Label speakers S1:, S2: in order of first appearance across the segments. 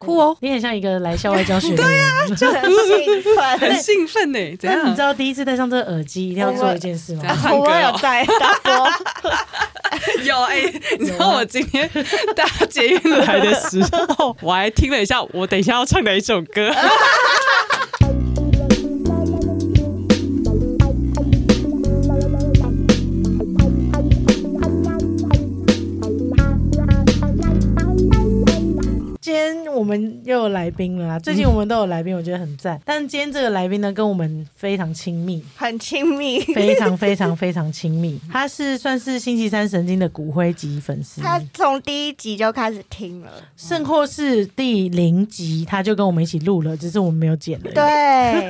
S1: 酷哦，你很像一个来校外 教学的人。
S2: 就很兴奋。
S3: 很兴奋呢、怎
S1: 但你
S3: 样
S1: 知？道第一次戴上这个耳机一定要做一件事吗
S3: 怎？样
S2: 我有在打波，
S3: 有 哎、你知道我今天搭捷运来的时候，我还听了一下我等一下要唱哪一首 歌。
S1: 今天我们又有来宾了啊！最近我们都有来宾，我觉得很赞。但今天这个来宾呢，跟我们非常亲 密，
S2: 很亲密。
S1: 非常非常非常亲密。他是算是星期三神经的骨灰级粉丝，
S2: 他从第一集就开始听了，
S1: 甚或是第零集他就跟我们一起录了，只是我们没有剪了，
S2: 对， 哎，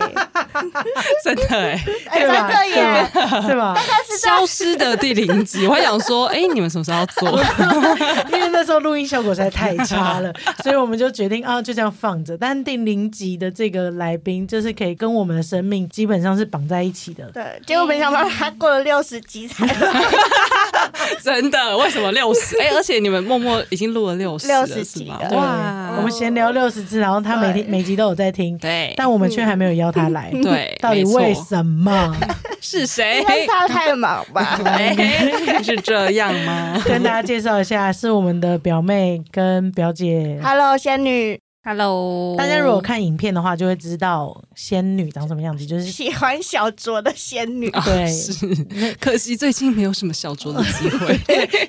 S3: 真的哎、
S2: 真的耶，
S1: 对吧？
S3: 消失的第零集，我还想说，哎、你们什么时候 要做？
S1: 因为那时候录音效果实在太差 了，所以我们就决定啊，就这样放着。但第零集的这个来宾，就是可以跟我们的生命基本上是绑在一起的。
S2: 对。结果没想到他过了六十集 才
S3: 真的？为什么六十？哎，而且你们默默已经录了六十了，
S2: 60
S3: 是吗
S2: 集？了
S3: 对
S1: 哇，我们闲聊六十次，然后他每天每集都有在听，
S3: 对
S1: 但我们却还没有邀他来，
S3: 对
S1: 到底
S3: 没错
S1: 为什么？
S3: 是谁
S2: 应？该是他太忙 吧？
S3: 哎，是这样吗
S1: 跟大家介绍一下，是我们的表妹跟表姐。
S2: Hello，仙女，
S3: ？Hello，
S1: 大家如果看影片的话，就会知道仙女长什么样子，就是
S2: 喜欢小酌的仙女，
S1: 对
S3: 啊是，可惜最近没有什么小酌的机会。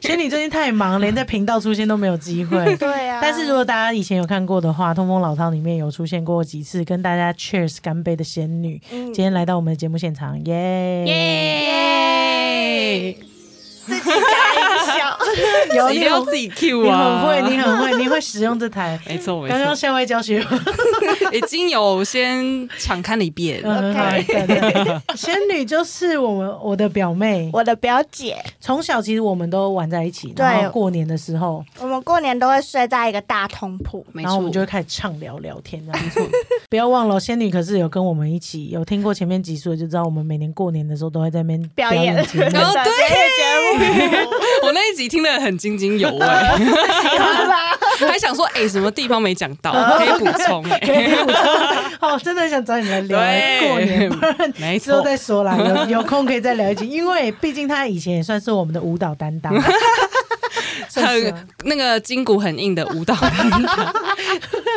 S1: 仙女最近太忙，连在频道出现都没有机 会。
S2: 对啊。
S1: 但是如果大家以前有看过的话，《通风老汤》里面有出现过几次跟大家 Cheers 干杯的仙女，
S2: 嗯
S1: 今天来到我们的节目现场，耶！
S3: 耶！
S2: 自己加一笑，
S1: 有
S3: 一
S1: 你
S3: 定要
S1: 很
S3: 自己 Q
S1: 你
S3: 啊！
S1: 很会，你很会， 你会使用这 台。
S3: 没错没
S1: 刚刚
S3: 错，
S1: 校外教 学，
S3: 已经有先敞看了一遍。
S1: 嗯，好对对仙女就是我们我的表妹，
S2: 我的表姐，
S1: 从小其实我们都玩在一起，
S2: 对
S1: 然后过年的时候，
S2: 我们过年都会睡在一个大通铺，
S3: 没
S1: 然后我们就
S3: 错
S1: 会，开始畅聊聊天，这样没错。 不要忘了哦，仙女可是有跟我们一起，有听过前面几集的就知道我们每年过年的时候都会在那边
S2: 表演
S1: 演 节目
S3: 哦对
S2: 对， 节目
S3: 我那一集听得很津津 有味，还
S2: 好吧？
S3: 想说，哎，什么地方没讲到，
S1: 嗯
S3: 可以补 充。哎，
S1: 哦，真的很想找你来聊
S3: 对
S1: 过年，不然
S3: 没
S1: 之后
S3: 错，
S1: 再说啦。有有空可以再聊一集，因为毕竟他以前也算是我们的舞蹈担当，算是吗
S3: 很那个筋骨很硬的舞 蹈。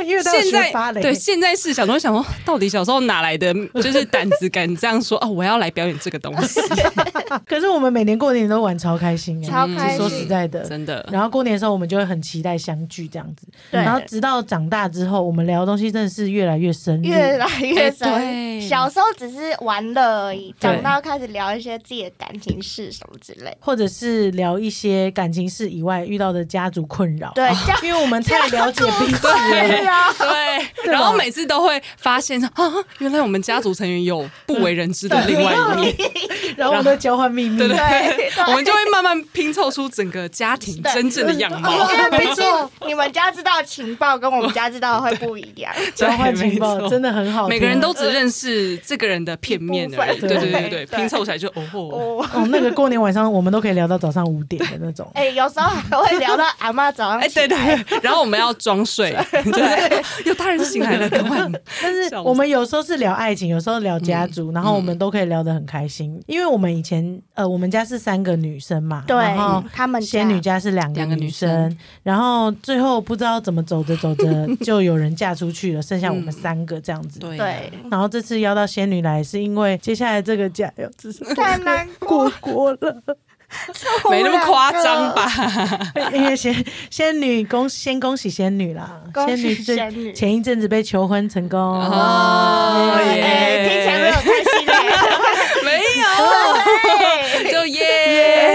S1: 因为他有
S3: 现
S1: 学
S3: 在
S1: 芭蕾，
S3: 对现在是小时候想说，到底小时候哪 来的就是胆子敢这样说哦，我要来表演这个东 西，
S1: 可是我们每年过年都玩超开心啊，
S2: 超开
S1: 说实
S2: 心，
S1: 在的。
S3: 真的。
S1: 然后过年的时候，我们就会很期待相聚这样子。
S2: 对
S1: 然后直到长大之后，我们聊的东西真的是越来越深入。
S2: 越来越深。
S3: 哎对
S2: 小时候只是玩乐而已，
S3: 对
S2: 长大开始聊一些自己的感情事什么之类。
S1: 或者是聊一些感情事以外遇到的家族困扰，
S2: 对，这样
S1: 因为我们太了解彼此了。
S2: 是啊，
S3: 对，
S1: 对吧
S3: 然后每次都会发现啊，原来我们家族成员有不为人知的另外一面，
S1: 然后我们都交换秘密，
S3: 对对
S2: 对 对
S3: 我们就会慢慢拼凑出整个家庭
S2: 对
S3: 真正的样 貌。
S2: 因为毕竟你们家知道的情报跟我们家知道的会不一样。
S1: 交换情
S3: 对
S1: 报
S3: 没错
S1: 真的很好听，啊
S3: 每个人都只认识这个人的片面而已，
S2: 一
S1: 部
S3: 对
S1: 分
S3: 对
S1: 对
S3: 对对，
S2: 对
S3: 拼凑起来就哦吼，
S2: 哦，。
S1: 哦，那个过年晚上我们都可以聊到早上五点的那 种
S2: 哎，有时候还会聊到阿妈早上
S3: 哎
S2: 起
S3: 对
S2: 来，
S3: 对，对 然后我们要装睡，对， 有大人醒来了，赶 快，
S1: 但是我们有时候是聊爱情，有时候聊家族，
S3: 嗯
S1: 然后我们都可以聊得很开心，因为我们以前呃，我们家是三个女生嘛，然后
S2: 对，他们
S1: 仙女家是两个
S3: 两个
S1: 女
S3: 女
S1: 生，
S3: 生
S1: 然后最后不知道怎么走着走 着就有人嫁出去了，剩下我们
S3: 嗯
S1: 三个这样子。
S3: 对
S2: 对，
S1: 然后这次邀到仙女来，是因为接下来这个家要只是
S2: 太 难
S1: 过
S2: 过，
S1: 国了，
S3: 没那么夸张？吧？
S1: 因为仙仙女恭先恭喜仙女啦，
S2: 恭喜
S1: 最
S2: 仙女
S1: 前一阵子被求婚成功，
S3: 哦耶
S2: 哎，听起来没有开心 的，
S3: 没 有，
S2: 对
S3: 就耶！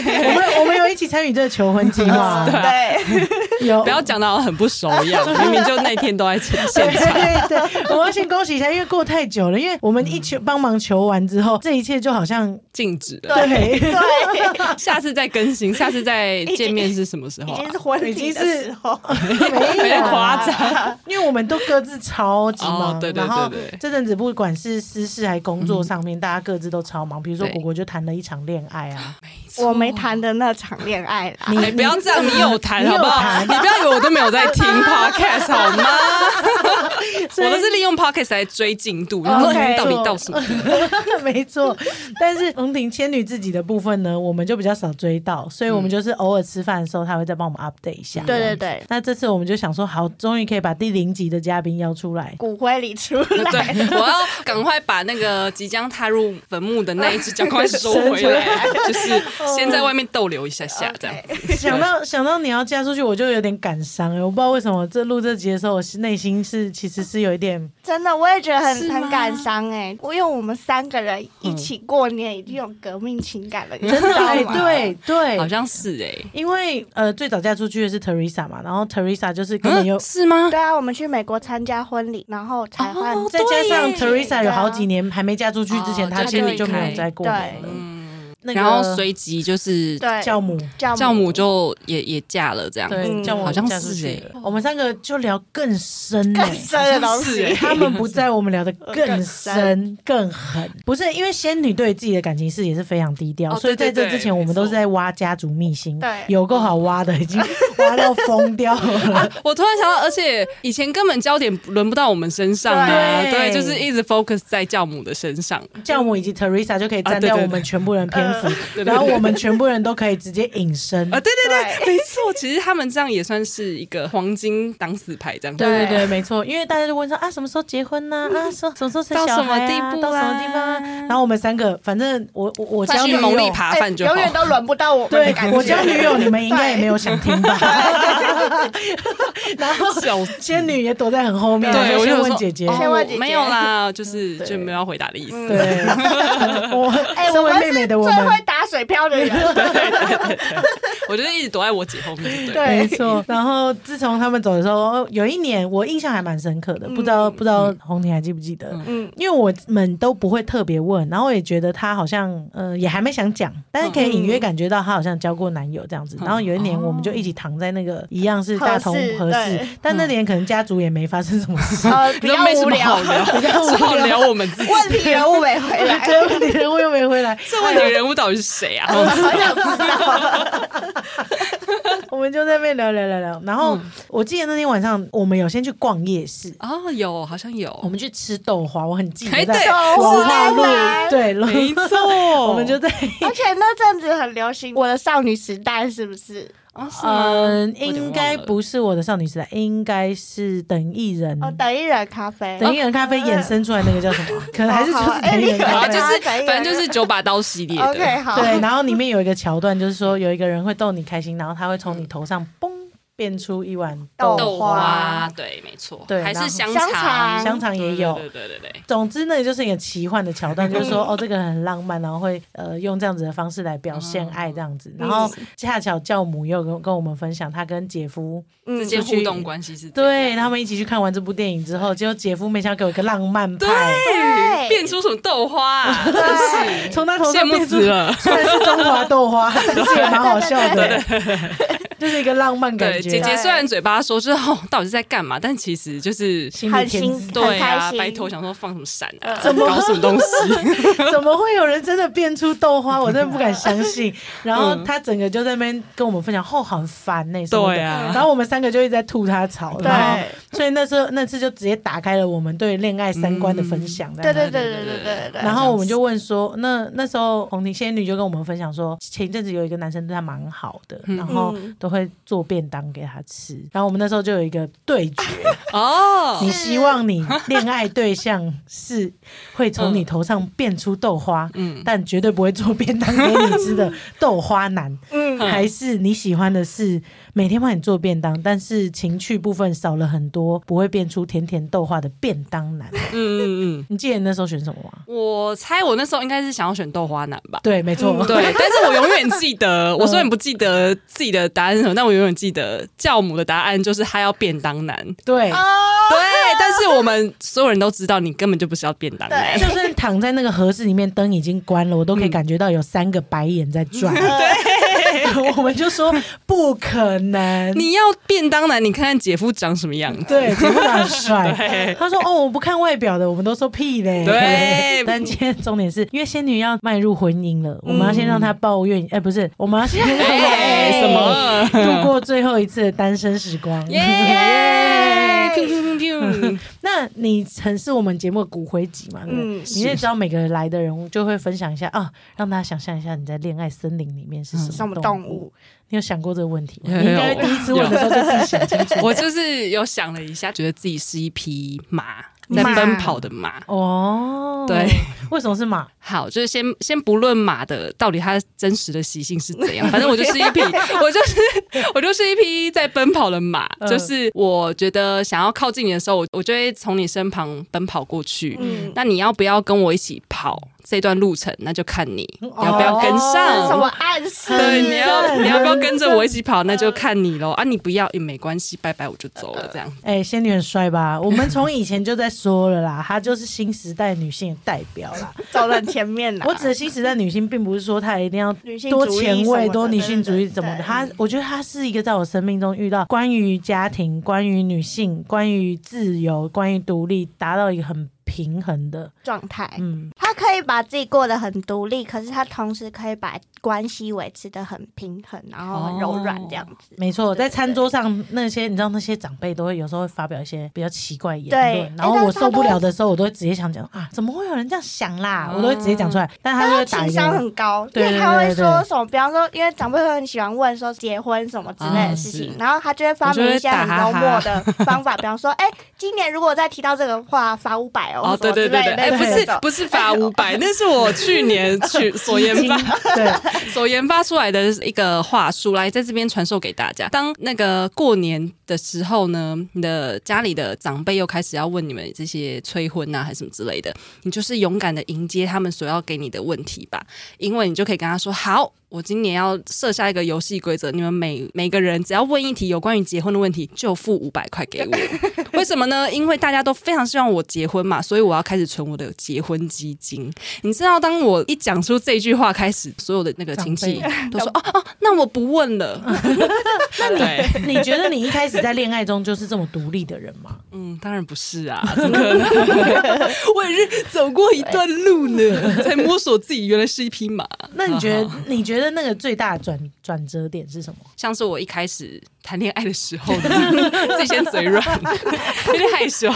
S1: 我们我们有一起参与这个求婚计 划，
S2: 对，
S1: 有
S3: 不要。讲的好像很不熟一样，明明就那天都在前
S1: 对
S3: 线。
S1: 对对，我要先恭喜一下，因为过太久了，因为我们一求帮忙求完之后，这一切就好像
S3: 禁止了，
S1: 对，
S2: 对，
S3: 下次再更新，下次
S1: 哦
S3: 再见面是什么时候
S2: 已
S3: 啊
S2: 经？是婚礼的时候，
S1: 没
S3: 有点
S1: 有
S3: 夸张，
S1: 因为我我们都各自超级忙，
S3: 哦对对
S1: 然后
S3: 对对嗯
S1: 这阵子不管是私事还工作上面，大家各自都超忙。比如说
S3: 对
S1: 果果就谈了一场恋爱啊，
S2: 我没谈的那场恋爱啦。
S1: 你
S3: 哎，不要这样，你有谈
S1: 你有
S3: 好不好？
S1: 谈
S3: 你不要以为我都没有在 听 podcast 好吗？
S1: 所以哦
S3: 我都是利用 podcast 来追进度，然后
S2: OK
S3: 看到底到什么。
S1: 没错，但是红婷仙女自己的部分呢，我们就比较少追到，所以我们就是偶尔吃饭的时候，她会再帮我们 update 一
S3: 嗯
S1: 下。
S2: 对对对，
S1: 那这次我们就想说，好，终于可以把第零集的嘉宾邀出 来。
S2: 骨灰里出来，
S3: 对，我要赶快把那个即将踏入坟墓的那一只脚赶快收回 来，就是先在外面逗留一下下，这样。
S1: 哦想到想到你要嫁出去，我就有点感伤、欸、我不知道为什么这录这集的时候，我是内心是其实是有一 点
S2: 真的我也觉得
S3: 是
S2: 很
S3: 吗
S2: 很感伤哎、我因为我们三个人一起过年，已经有革命情感了，你知
S1: 嗯真的
S2: 道
S1: 哎、
S2: 吗？
S1: 对对，
S3: 好像是哎，
S1: 因为呃最早嫁出去的是 Teresa 嘛，然后 Teresa 就是根本有、
S3: 嗯，是吗？
S2: 对啊，我们去美国参加婚礼，然后才换、
S3: 哦
S1: 再加上
S3: 对啊
S1: Teresa
S2: 啊
S1: 有好几年还没嫁出去之前，
S3: 哦
S1: 她
S3: 就
S1: 心
S3: 是
S1: 里就没有
S3: 离开
S1: 再过年了。那个
S3: 嗯然后随即就是
S2: 对
S1: 教母，
S2: 教
S3: 教母就也也嫁了这样。
S1: 对
S2: 嗯
S1: 教母
S3: 好像
S1: 嫁出
S3: 是
S1: 去
S3: 欸
S1: 了我们三个就聊更深呢、
S2: 更深的东
S3: 好像是 欸
S2: 西。哎
S1: 他们不在，我们聊的更
S2: 更
S1: 深
S2: 深
S1: 更狠。不是因为仙女对自己的感情事也是非常低调，
S3: 哦
S1: 所以在
S3: 对对
S1: 这
S3: 对
S1: 之前我们都是在挖家族秘辛，
S2: 对
S1: 有够好挖的，已 经挖到疯掉
S2: 啊
S1: 了。
S3: 我突然想到，而且以前根本焦点轮不到我们身上啊，
S1: 对
S3: 对，就是一直 focus 在教母的身上。
S1: 教母以及 Teresa 就可以占
S3: 啊对对
S1: 掉
S3: 对
S1: 我们全部人篇幅，
S3: 对对
S1: 然后我们全部人都可以直接隐身。
S3: 啊，对对对，
S2: 对
S3: 没错，其实他们这样也算是一个黄金挡死牌这样子。
S1: 对对
S2: 对
S1: 对，没错，因为大家就问说啊，什么时候结婚 呢？啊，说什么时候生
S3: 到
S1: 小
S3: 什么
S1: 孩
S3: 地
S1: 啊？
S3: 步
S1: 到什么
S3: 啊
S1: 地方啊？然后我们三个，反正我我我教
S3: 去
S1: 女
S3: 蒙
S1: 友
S3: 利，扒饭就好
S2: 永。远都轮不到我们的
S1: 对
S2: 感觉。
S1: 我教女友，你们应该也没有想听 吧？然后
S3: 笑死
S1: 仙女也躲在很后面，
S3: 对，
S1: 就先
S3: 我就想
S1: 问
S3: 说
S1: 姐姐。嗯
S3: 哦
S2: 先问姐姐
S3: 没有啦，就是
S1: 对
S3: 就没有要回答的意思。
S1: 对，我
S2: 哎，
S1: 身
S2: 我
S1: 为
S2: 们
S1: 妹
S2: 是
S1: 妹
S2: 最
S1: 的我们，
S2: 会打水漂的人，
S3: 我就是一直躲在我姐后面。对，
S2: 对
S1: 没错。然后自从他们走的时候，哦有一年我印象还蛮深刻的，
S3: 嗯
S1: 不知道不知道红婷还记不记得？
S2: 嗯，
S1: 因为我们都不会特别问，然后我也觉得她好像呃也还没想讲，但是可以隐约感觉到她好像交过男友这样子。
S3: 嗯
S1: 然后有一年我们就一起躺在那个一样是大同合
S2: 合
S3: 哦
S2: 适
S1: 适
S2: 对，
S1: 但
S3: 嗯
S1: 那年可能家族也没发生什么事。
S2: 呃，比
S3: 你都
S2: 较
S3: 没什
S2: 无
S3: 么
S2: 聊
S3: 好，聊，只好聊我们自 己。
S2: 问题人物没回来，
S1: 对，问题人物又没 回来，
S3: 这问题人物到底是谁啊？
S2: 好想知道。
S1: 我们就在那边聊聊聊聊。然后我记得那天晚上，我们有先去逛夜市，
S3: 嗯哦，有，好像有。
S1: 我们去吃豆花，我很记得
S3: 哎
S1: 在
S3: 对
S1: 文化路
S2: 豆花，
S1: 对，然后
S3: 没错，
S1: 我们就在
S2: 而且那阵子很流行《我的少女时代》，是不是？
S3: 哦是吗
S1: 嗯，应该不是我的少女时代，应该是等艺人。
S2: 哦，等一人咖啡，
S1: 等艺人咖啡衍生出来那个叫什么？可能还是就
S2: 好
S1: 是
S2: 好哎
S1: 等艺人
S2: 你可
S1: 咖
S3: 啊，
S2: 爱
S1: 啡
S3: 就
S2: 对。
S3: 是
S2: 可以
S3: 反正就是九把刀系列的。
S2: OK，好，
S1: 对，然后里面有一个桥段，就是说有一个人会逗你开心，然后他会从你头上嘣变出一碗豆
S3: 豆
S2: 花
S3: 花，对，没错，
S1: 对
S3: 还
S1: 然后
S3: 是香
S2: 香肠
S1: 香肠也有
S3: 对。对对对对
S1: 总之呢，就是一个奇幻的桥段，就是说哦，这个人很浪漫，然后会呃用这样子的方式来表现爱这样子。然后恰巧教母又跟跟我们分享，他跟姐夫
S3: 对，
S2: 嗯
S3: 之间互动关系是怎样
S1: 对他们一起去看完这部电影之后，结果姐夫没想到给我一个浪漫派，
S3: 对
S2: 对
S3: 变出什么豆花啊，真是
S1: 从他头
S3: 羡
S1: 上
S3: 慕
S1: 变出
S3: 死了。
S1: 虽然是中华豆 花，但是也蛮好笑的，就是一个浪漫感
S3: 对，姐
S1: 觉。
S3: 姐虽然嘴巴说就是哦，到底在干嘛，但其实就是
S1: 心里
S2: 很
S1: 甜
S2: 心
S1: 滋，
S3: 对啊
S2: 开，心
S3: 拜托，想说放什么闪啊，
S2: 嗯
S3: 怎么搞什么东西？
S1: 怎么会有人真的变出豆花？我真的不敢相 信。然后他整个就在那边跟我们分享，后很烦欸那什么的
S3: 对啊
S1: 然后我们三个就一直在吐他槽，
S3: 对
S1: 然后所以那时候那次就直接打开了我们对恋爱三观的分
S3: 嗯
S1: 享。这样
S2: 对
S1: 子
S2: 对对对对对啊对。
S1: 然后我们就问说，那那时候红婷仙女就跟我们分享说，前一阵子有一个男生对她蛮好的，然后都会做便当给她吃。然后我们那时候就有一个对决，
S3: 哦，
S1: 你希望你恋爱对象是会从你头上变出豆花，
S3: 嗯
S1: 但绝对不会做便当给你吃的豆花男，
S2: 嗯，
S1: 还是你喜欢的是每天帮你做便当，但是情趣部分少了很多，不会变出甜甜豆花的便当男？
S3: 嗯嗯嗯，
S1: 你记得你那时候选什么吗？
S3: 我猜我那时候应该是想要选豆花男吧。
S1: 对，没错，
S3: 嗯对，但是我永远记得，我虽然不记得自己的答案是什么，但我永远记得教母的答案就是他要便当男。
S1: 对，
S2: 哦，
S3: 对，但是我们所有人都知道，你根本就不是要便当男。
S1: 就算躺
S3: 嗯
S1: 在那个合适里面，灯已经关了，我都可以感觉到有三个白眼在转。对，我们就说不可能。
S3: 你要便当男，你看看姐夫长什么样子。
S1: 对，节目长很帅
S3: 对。
S1: 他说：“哦，我不看外表的，我们都说屁嘞。”
S3: 对
S1: 但今天重点是因为仙女要迈入婚姻了，我们要先让她抱怨。哎，不是，我们要先让她
S3: 嗯哎、什么？
S1: 度过最后一次的单身时光。
S3: 耶！砰砰砰砰！
S1: 那你曾是我们节目的骨灰级嘛？嗯，
S2: 嗯，
S1: 你也知道每个来的人物就会分享一下啊，让大家想象一下你在恋爱森林里面是
S3: 嗯
S1: 什
S2: 什
S1: 么
S2: 么
S1: 动
S2: 动
S1: 物
S2: 物？
S1: 你有想过这个问题吗？
S3: 有
S1: 你应该第一次问的时候就自己想清 楚。
S3: 我就是有想了一下，觉得自己是一匹马，在
S2: 马
S3: 奔跑的马。
S1: 哦，
S3: 对，
S1: 为什么是马？
S3: 好，就是先先不论马的到底它真实的习性是怎样，反正我就是一匹，我就是 我就是一匹在奔跑的马。
S1: 嗯
S3: 就是我觉得想要靠近你的时候，我我就会从你身旁奔跑过去。
S2: 嗯，
S3: 那你要不要跟我一起跑这段路程？那就看你要不要跟
S2: 这
S3: 上。
S2: 是什么暗示？
S3: 对，你要你要不要
S1: 很
S3: 跟着我一起跑？那就看你喽。啊，你不要也没关系，拜拜，我就走了。这样
S1: 哎、仙女很帅吧？我们从以前就在说了啦，她就是新时代女性的代表 啦。
S2: 走在前面了。
S1: 我指的新时代女性，并不是说她一定要
S2: 女性
S1: 多
S2: 主义
S1: 前
S2: 什么
S1: 卫、
S2: 的
S1: 多女性主义
S2: 对
S1: 怎么的。
S2: 对
S1: 她，我觉得她是一个在我生命中遇到关于家庭、关于女性、关于自由、关于独立，达到一个很平衡的。
S2: 状态，
S1: 嗯，
S2: 他可以把自己过得很独立，可是他同时可以把关系维持的很平衡，然后很柔软这样子。
S1: 没错，
S2: 对
S1: 在餐桌上那些你知道那些长辈都会有时候会发表一些比较奇怪的言
S2: 对
S1: 论，然后
S2: 哎
S1: 我
S2: 但
S1: 受
S2: 是她
S1: 不
S2: 都
S1: 了的时候，我都会直接想讲啊，怎么会有人这样想啦？我都会直接讲出来，但她就
S2: 嗯他
S1: 会打
S2: 情
S1: 一
S2: 商
S1: 个。
S2: 很高，因
S1: 对
S2: 为他会
S1: 对对对
S2: 说什么，比方说，因为长辈会很喜欢问说结婚什么之类的事情
S3: 啊，是
S2: 然后他就会发明一些很幽默的方法，比方说，哎，今年如果再提到这个话，罚五百哦，
S3: 哦，对对对对，哎，不是不是罚五百，那是我去年去所研发
S1: 对，
S3: 所研发出来的一个话术，来在这边传授给大家。当那个过年的时候呢，你的家里的长辈又开始要问你们这些催婚啊，还是什么之类的，你就是勇敢的迎接他们所要给你的问题吧，因为你就可以跟他说：“好，我今年要设下一个游戏规则，你们每每个人只要问一题有关于结婚的问题，就付五百块给我。 为什么呢？因为大家都非常希望我结婚嘛，所以我要开始存我的结婚基金。你知道，当我一讲出这句话开始，所有的那个亲戚都说：“哦哦，那我不问了。”对，
S1: 你觉得你一开始在恋爱中就是这么独立的人吗？
S3: 嗯，当然不是啊， 怎么可能？ 我也是走过一段路 呢，才摸索自己原来是一匹马。
S1: 那你觉 得你觉得那个最大的转转折点是什么？
S3: 像是我一开始谈恋爱的时候呢， 自己先嘴软，有点害羞。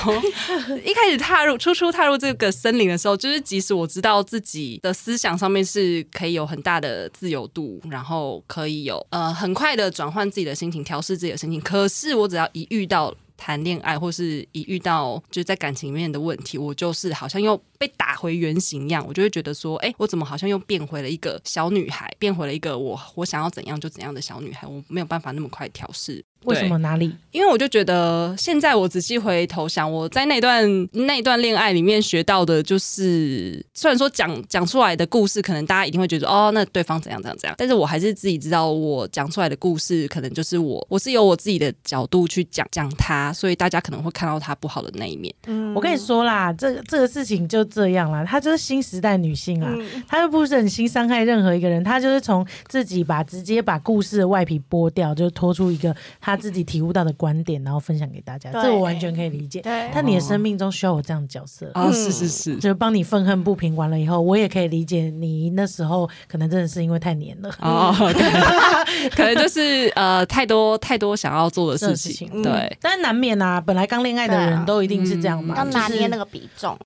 S3: 一开始踏入初初踏入这个森林的时候，就是即使我知道自己的思想上面是可以有很大的自由度，然后可以有呃很快的转换自己的心情，调试自己的心情，可是我只要一遇到。谈恋爱，或是一遇到就是在感情面的问题，我就是好像又被打回原形一样，我就会觉得说，哎、我怎么好像又变回了一个小女孩，变回了一个我我想要怎样就怎样的小女孩，我没有办法那么快调试。
S1: 为什
S3: 对
S1: 么哪里？
S3: 因为我就觉得，现在我仔细回头想，我在那段那段恋爱里面学到的，就是虽然说讲讲出来的故事，可能大家一定会觉得哦，那对方怎样怎样怎样，但是我还是自己知道，我讲出来的故事，可能就是我我是由我自己的角度去讲讲他，所以大家可能会看到他不好的那一面。
S2: 嗯
S1: 我跟你，说啦，这个这个事情就这样啦，她就是新时代女性啊。
S2: 嗯
S1: 她又不忍心伤害任何一个人，她就是从自己把直接把故事的外皮剥掉，就拖出一个她自己体悟到的观点，然后分享给大家。
S2: 对
S1: 这我完全可以理解。
S2: 对，
S1: 但你的生命中需要我这样的角色，
S3: 哦，是是是，
S1: 就是帮你愤恨不平。完了以后，我也可以理解你那时候可能真的是因为太黏了。
S3: 哦，可能可能就是呃，太多太多想要做的事情，
S1: 情
S2: 嗯
S3: 对。
S1: 但难免啊，本来刚恋爱的
S2: 对
S1: 人
S2: 啊
S1: 都一定是这样嘛，
S2: 要
S1: 就
S2: 拿捏
S1: 是
S2: 那个比重，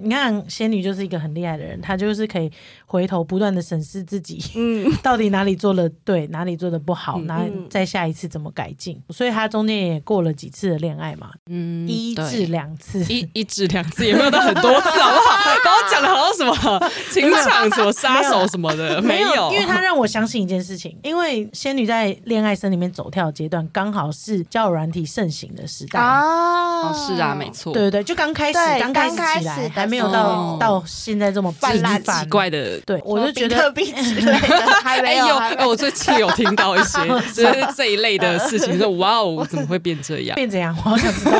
S1: 你看，仙女就是一个很厉害的人，她就是可以回头不断的审视自己
S2: 嗯，
S1: 到底哪里做的对，哪里做的不好，
S3: 嗯
S1: 哪
S2: 嗯
S1: 在下一次怎么改进。所以她中间也过了几次的恋爱嘛，
S3: 嗯
S1: 一
S3: 对
S1: 至两次。
S3: 一一至两次也没有到很多次，好不 好？把我讲的好像什么情场什么杀手什么的，没有，
S1: 因为她让我相信一件事情，因为仙女在恋爱生里面走跳的阶段，刚好是交友软体盛行的时代。
S2: 啊
S3: 哦是啊，没错，
S1: 对对对，就刚开始，
S2: 对
S1: 刚开始
S2: 刚开
S1: 起
S2: 始
S1: 来，
S2: 的
S1: 还没有
S3: 时
S1: 到
S3: 候
S1: 到现在这么
S2: 泛滥
S1: 泛
S3: 奇怪的。
S1: 对，我就觉得
S2: 特币之类的，还
S3: 哎
S2: 没
S3: 呦，
S2: 有，还没
S3: 哎
S2: 有
S3: 我最近有听 到一些就是这一类的事情，说哇哦，怎么会变这样？
S1: 变怎样？我好想知道。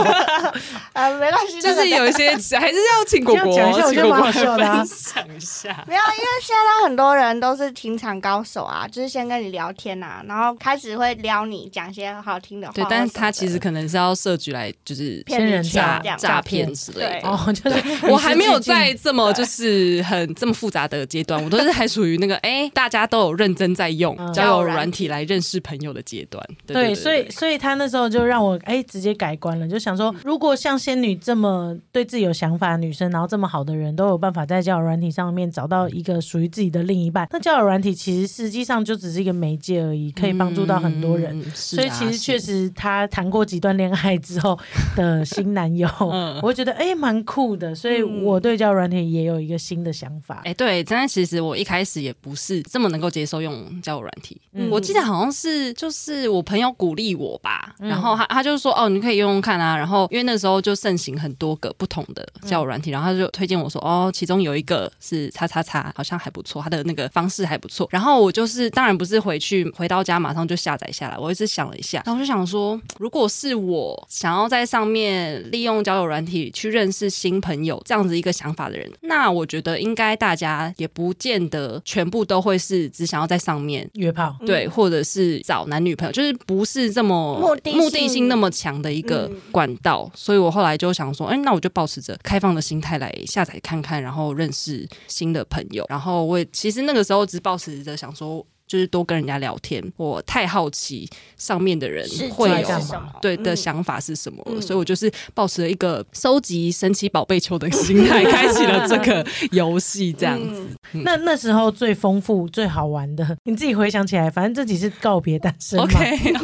S2: 呃，没关系，
S3: 就
S2: 这
S3: 是
S2: 个
S3: 有一 些还是要请果果
S1: 这样讲一下我
S3: 请
S1: 觉
S3: 果
S1: 得蛮好
S3: 果
S1: 笑的啊
S3: 来分享一下。
S2: 没有，因为现在很多人都是情场高手啊，就是先跟你聊天啊，然后开始会撩你讲些好听的话或什
S3: 对
S2: 么，的。
S3: 但是他其实可能是要设局来就是
S2: 骗
S1: 仙人
S2: 人
S1: 掌
S2: 诈
S3: 诈
S1: 诈
S3: 诈
S1: 骗
S3: 骗之类
S2: 对
S3: 的。
S1: 哦，就是
S3: 我还没有在
S1: 在
S3: 这么就是很这么复杂的阶段，我都是还属于那个哎、大家都有认真在用
S1: 嗯
S3: 交友软体来认识朋友的阶段。对对
S1: 对，
S3: 嗯对
S1: 所以所以他那时候就让我哎、直接改观了，就想说，如果像仙女这么对自己有想法的女生，然后这么好的人都有办法在交友软体上面找到一个属于自己的另一半，那交友软体其实实际上就只是一个媒介而已，可以帮助到很多人。
S3: 嗯是
S1: 所以
S3: 啊
S1: 其实确
S3: 是
S1: 实，他谈过几段恋爱之后的新男友，
S3: 嗯
S1: 我会觉得哎蛮、酷的，所以我对交友软体也有一个新的想法。
S3: 哎、对，但其实我一开始也不是这么能够接受用交友软体。
S1: 嗯
S3: 我记得好像是就是我朋友鼓励我吧，然后他他就说哦，你可以用用看啊。然后因为那时候就盛行很多个不同的交友软体，然后他就推荐我说哦，其中有一个是叉叉叉，好像还不错，他的那个方式还不错。然后我就是当然不是回去回到家马上就下载下来，我一直想了一下，然后我就想说，如果是我想要在上面利用交友软体去认识新朋友这样子一个想法的人，那我觉得应该大家也不见得全部都会是只想要在上面。
S1: 约炮，
S2: 嗯
S3: 对，或者是找男女朋友，就是不是这么
S2: 目的性
S3: 性那么强的一个
S2: 嗯
S3: 管道，所以我后来就想说，哎，那我就保持着开放的心态来下载看看，然后认识新的朋友。然后我也其实那个时候只保持着想说，就是多跟人家聊天，我太好奇上面的人
S2: 是
S3: 会
S1: 这
S3: 有
S1: 样
S2: 是什么？
S3: 对的
S2: 嗯
S3: 想法是什么了，
S2: 嗯
S3: 所以我就是抱持了一个收集神奇宝贝球的心 态，开启了这个游戏，这样子。
S2: 嗯
S1: 那那时候最丰富、最好玩的， 你自己回想起来，反正这集是告别单
S2: 嗯
S1: 身嘛
S3: OK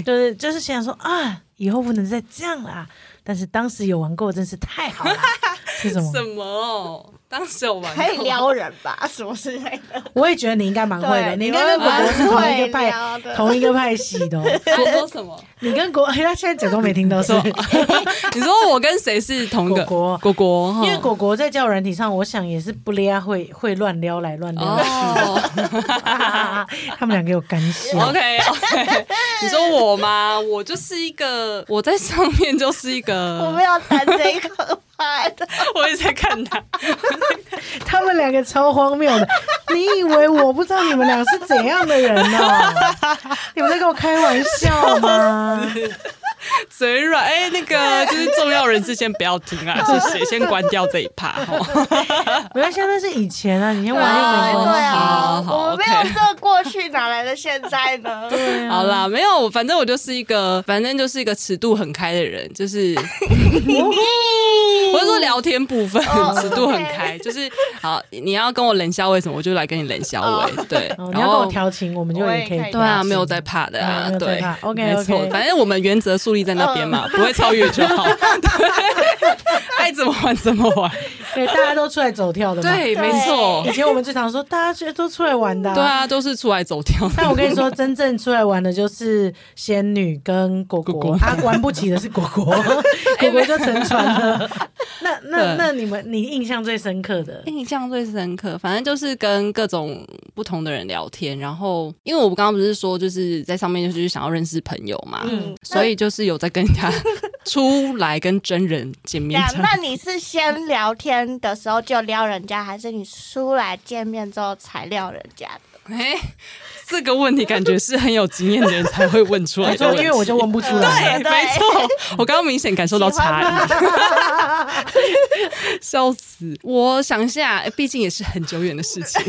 S3: OK，
S1: 就是就是想说啊，以后不能再这样啦。但是当时有玩过，真是太好了。是什么？
S3: 什么哦？当时有玩过
S2: 可以撩人吧， 什么之类的。
S1: 我也觉得你应该蛮会的，
S2: 对
S1: 你应该跟果果是同一个
S2: 会
S1: 派
S2: 撩的
S1: 同一个派系的哦、
S3: 说说什么？
S1: 你跟果， 他现在假装没听到是不是？
S3: 你说我跟谁是同一个？
S1: 果
S3: 果果，
S1: 因
S3: 哈
S1: 为果果在交友软体上，我想也是不撩会会乱撩来乱撩去、
S3: 哦
S1: 啊， 他们两个有干系。啊
S3: ，OK OK，你说我吗？我就是一个，我在上面就是一
S2: 我
S3: 个
S2: 没，有谈这一个派 的，
S3: 我也在看他，
S1: 他们两个超荒谬的，你以为我不知道你们俩是怎样的人呢、 你们在跟我开玩笑吗？
S3: 嘴软。哎，那个就是重要人士先不要听 啊，谢谢，先关掉这一趴。哈
S1: 没关系，那是以前啊，你先
S2: 对
S1: 玩又没
S2: 啊，
S1: 关
S2: 对
S1: 系。
S3: 好
S2: 啊，
S3: 好
S2: 我没有这过去，哪来的现在呢？
S1: 对啊
S3: 好啦，没有，反正我就是一个，反正就是一个尺度很开的人，就是 我是说聊天部分
S2: 哦
S3: 尺度很开，就是好，你要跟我冷笑为什么，我就来跟你冷笑为，对
S1: 哦，你
S3: 然
S1: 要跟我
S3: 后。
S1: 调情，我们就也可以
S2: 我也可
S1: 调
S2: 以
S1: 情。
S3: 对啊，没有在怕的
S1: 啊
S3: 啊
S1: 没，有在
S3: 对
S1: 怕，OK，
S3: 没错
S1: OK
S3: 反正我们原则树立在那边嘛，不会超越就 好，对，爱怎么玩怎么玩，
S1: 对，大家都出来走跳的嘛。
S3: 对，没错
S1: 以，前我们最常说大家就都出来玩的、
S3: 对。啊，都是出来走跳的，
S1: 但我跟你说，真正出来玩的就是仙女跟果果，
S3: 果果
S1: 啊，玩不起的是果果，果果就沉船了。那那那你们，你印象最深刻的，
S3: 印象最深刻，反正就是跟各种不同的人聊天，然后因为我刚刚不是说就是在上面就是想要认识朋友嘛，
S1: 嗯
S3: 所以就是有在跟人家出来跟真人见面
S2: 那
S3: 这样。
S2: 那你是先聊天的时候就撩人家，还是你出来见面之后才撩人家的？
S3: 哎、这个问题感觉是很有经验的人才会问出来
S1: 没
S3: 的
S1: 错，
S3: 问题，
S1: 因为我就问不出来。
S3: 对，
S2: 对
S3: 没错，我刚刚明显感受到差异， 笑死！我想一下，诶毕竟也是很久远的事情。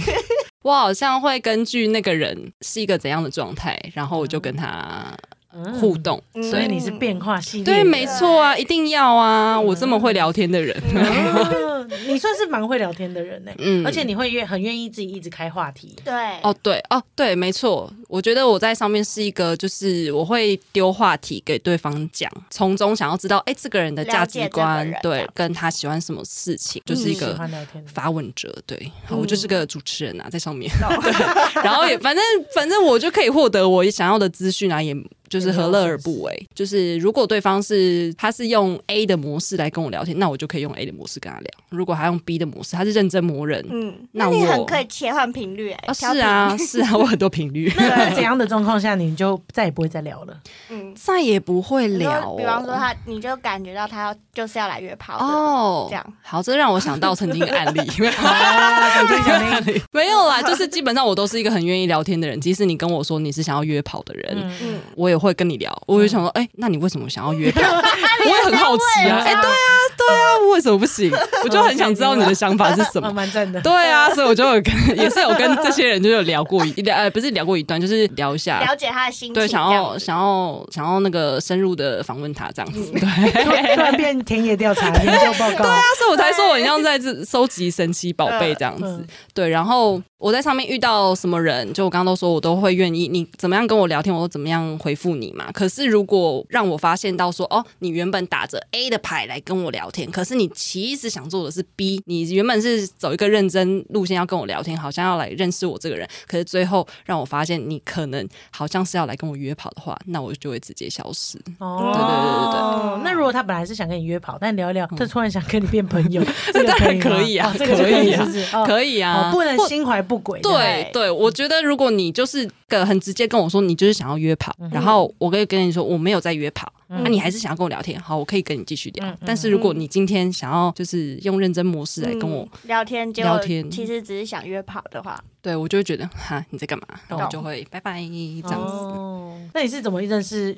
S3: 我好像会根据那个人是一个怎样的状态，然后我就跟他
S1: 嗯
S3: 互，动。
S2: 嗯
S1: 所以你是变化系列的。
S3: 对，没错啊，一定要啊！我这么会聊天的人，
S1: 嗯你算是蛮会聊天的人呢、
S3: 嗯
S1: 而且你会愿很愿意自己一直开话题。
S2: 对，
S3: 哦，对，哦，对，没错，我觉得我在上面是一个，就是我会丢话题给对方讲，从中想要知道，哎，这个人的价值观
S2: 了解，这嗯个人
S3: 对，跟他喜欢什么事情，就是
S1: 嗯
S3: 一
S1: 喜
S3: 个
S1: 欢聊天的，
S3: 发问者，对，好，我
S2: 嗯
S3: 就是个主持
S2: 哦
S3: 人啊，在上面，对，然后也反正反正我就可以获得我想要的资讯啊，也就是何乐而不为？就是如果对方是他是用 A 的模式来跟我聊天，那我就可以用 A 的模式跟他聊；如果他用 B 的模式，他是认真磨人。
S2: 嗯，
S3: 那
S2: 你
S3: 我
S2: 很可以切换频率、欸，
S3: 啊，
S2: 调
S3: 是啊，是啊，我很多频 率，
S2: 频率，
S1: 在怎
S2: 对，
S1: 样的状况下你就再也不会再聊了？
S2: 嗯，
S3: 再也不会
S2: 比如说
S3: 聊哦、
S2: 比方说他，你就感觉到他要就是要来约炮的，
S3: 哦，
S2: 这样
S3: 好，这让我想到曾经的案例。
S1: 啊，对
S3: 案例没有啦，就是基本上我都是一个很愿意聊天的人。即使你跟我说你是想要约跑的人，
S1: 嗯
S2: 嗯，
S3: 我也会跟你聊。我就想说，哎、那你为什么 想要约跑？我也很好奇啊。
S1: 问
S3: 哎、对啊，对啊，为什么 不行？我就很想知道你的想法是什
S2: 哦
S1: 啊
S3: 么。
S1: 蛮赞的。
S3: 对啊，所以我就有跟，也是有跟这些人就有聊过一聊，呃，不是聊过一段，就是聊一下，
S2: 了解他的心情，
S3: 啊对，想
S2: 这
S3: 要
S2: 样子
S3: 想要想要那个深入的访问他这样子，对。
S2: 嗯
S1: 突然变田野调查、研究报告，
S3: 那时候我才说我很像在这收集神奇宝贝这样子
S1: 嗯，
S3: 对。然后我在上面遇到什么人，就我刚刚都说我都会愿意，你怎么样跟我聊天，我都怎么样回复你嘛。可是如果让我发现到说，哦，你原本打着 A 的牌来跟我聊天，可是你其实想做的是 B，你原本是走一个认真路线要跟我聊天，好像要来认识我这个人，可是最后让我发现你可能好像是要来跟我约跑的话，那我就会直接消失。
S1: 哦，
S3: 对对嗯
S2: 对对对
S1: 那如果他本来是想跟你约跑，但聊一聊，他突然想跟你变朋 友，这个
S3: 当然
S1: 吗
S3: 可以啊
S1: 哦这个就
S3: 可以
S1: 以
S3: 啊
S1: 是不是？哦
S3: 可以啊，
S1: 哦不能
S3: 或
S1: 心怀不轨。这样
S3: 对对，我觉得如果你就是个很直接跟我说你就是想要约跑，
S1: 嗯
S3: 然后我可以跟你说我没有在约跑，那、
S1: 嗯
S3: 你还是想要跟我聊天，好，我可以跟你继续聊。
S1: 嗯嗯
S3: 但是如果你今天想要就是用认真模式来跟我，
S2: 嗯聊天，结
S3: 聊
S2: 果
S3: 天
S2: 其实只是想约炮的话，
S3: 对我就会觉得哈你在干嘛，然后我就会拜拜这样子。
S1: 哦那你是怎么认识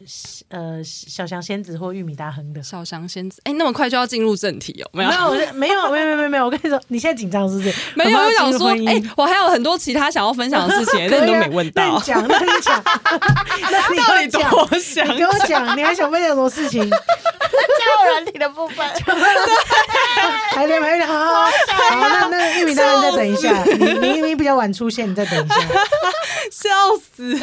S1: 呃小翔仙子或玉米大亨的？
S3: 少香仙子，哎、那么快就要进入正题哦？没有
S1: 没，有，我是没有，没有，没有，没有没有。我跟你说，你现在紧张是不是？
S3: 没
S1: 很
S3: 有，
S1: 怕
S3: 我想
S1: 进入
S3: 说，
S1: 婚姻
S3: 哎、我还有很多其他想要分享的事 情，
S1: 可以
S3: 但
S1: 啊
S3: 你都没问
S1: 那
S3: 到
S1: 你，讲，那你 讲，那你
S3: 到底
S1: 会讲，
S3: 多想
S1: 你？跟我讲，你还想分享什么事情？
S2: 交友软体的部分，
S1: 还没还没，好 好好，那那玉米大人再等一下，你你你比较晚出现，你再等一 下，
S3: 笑死！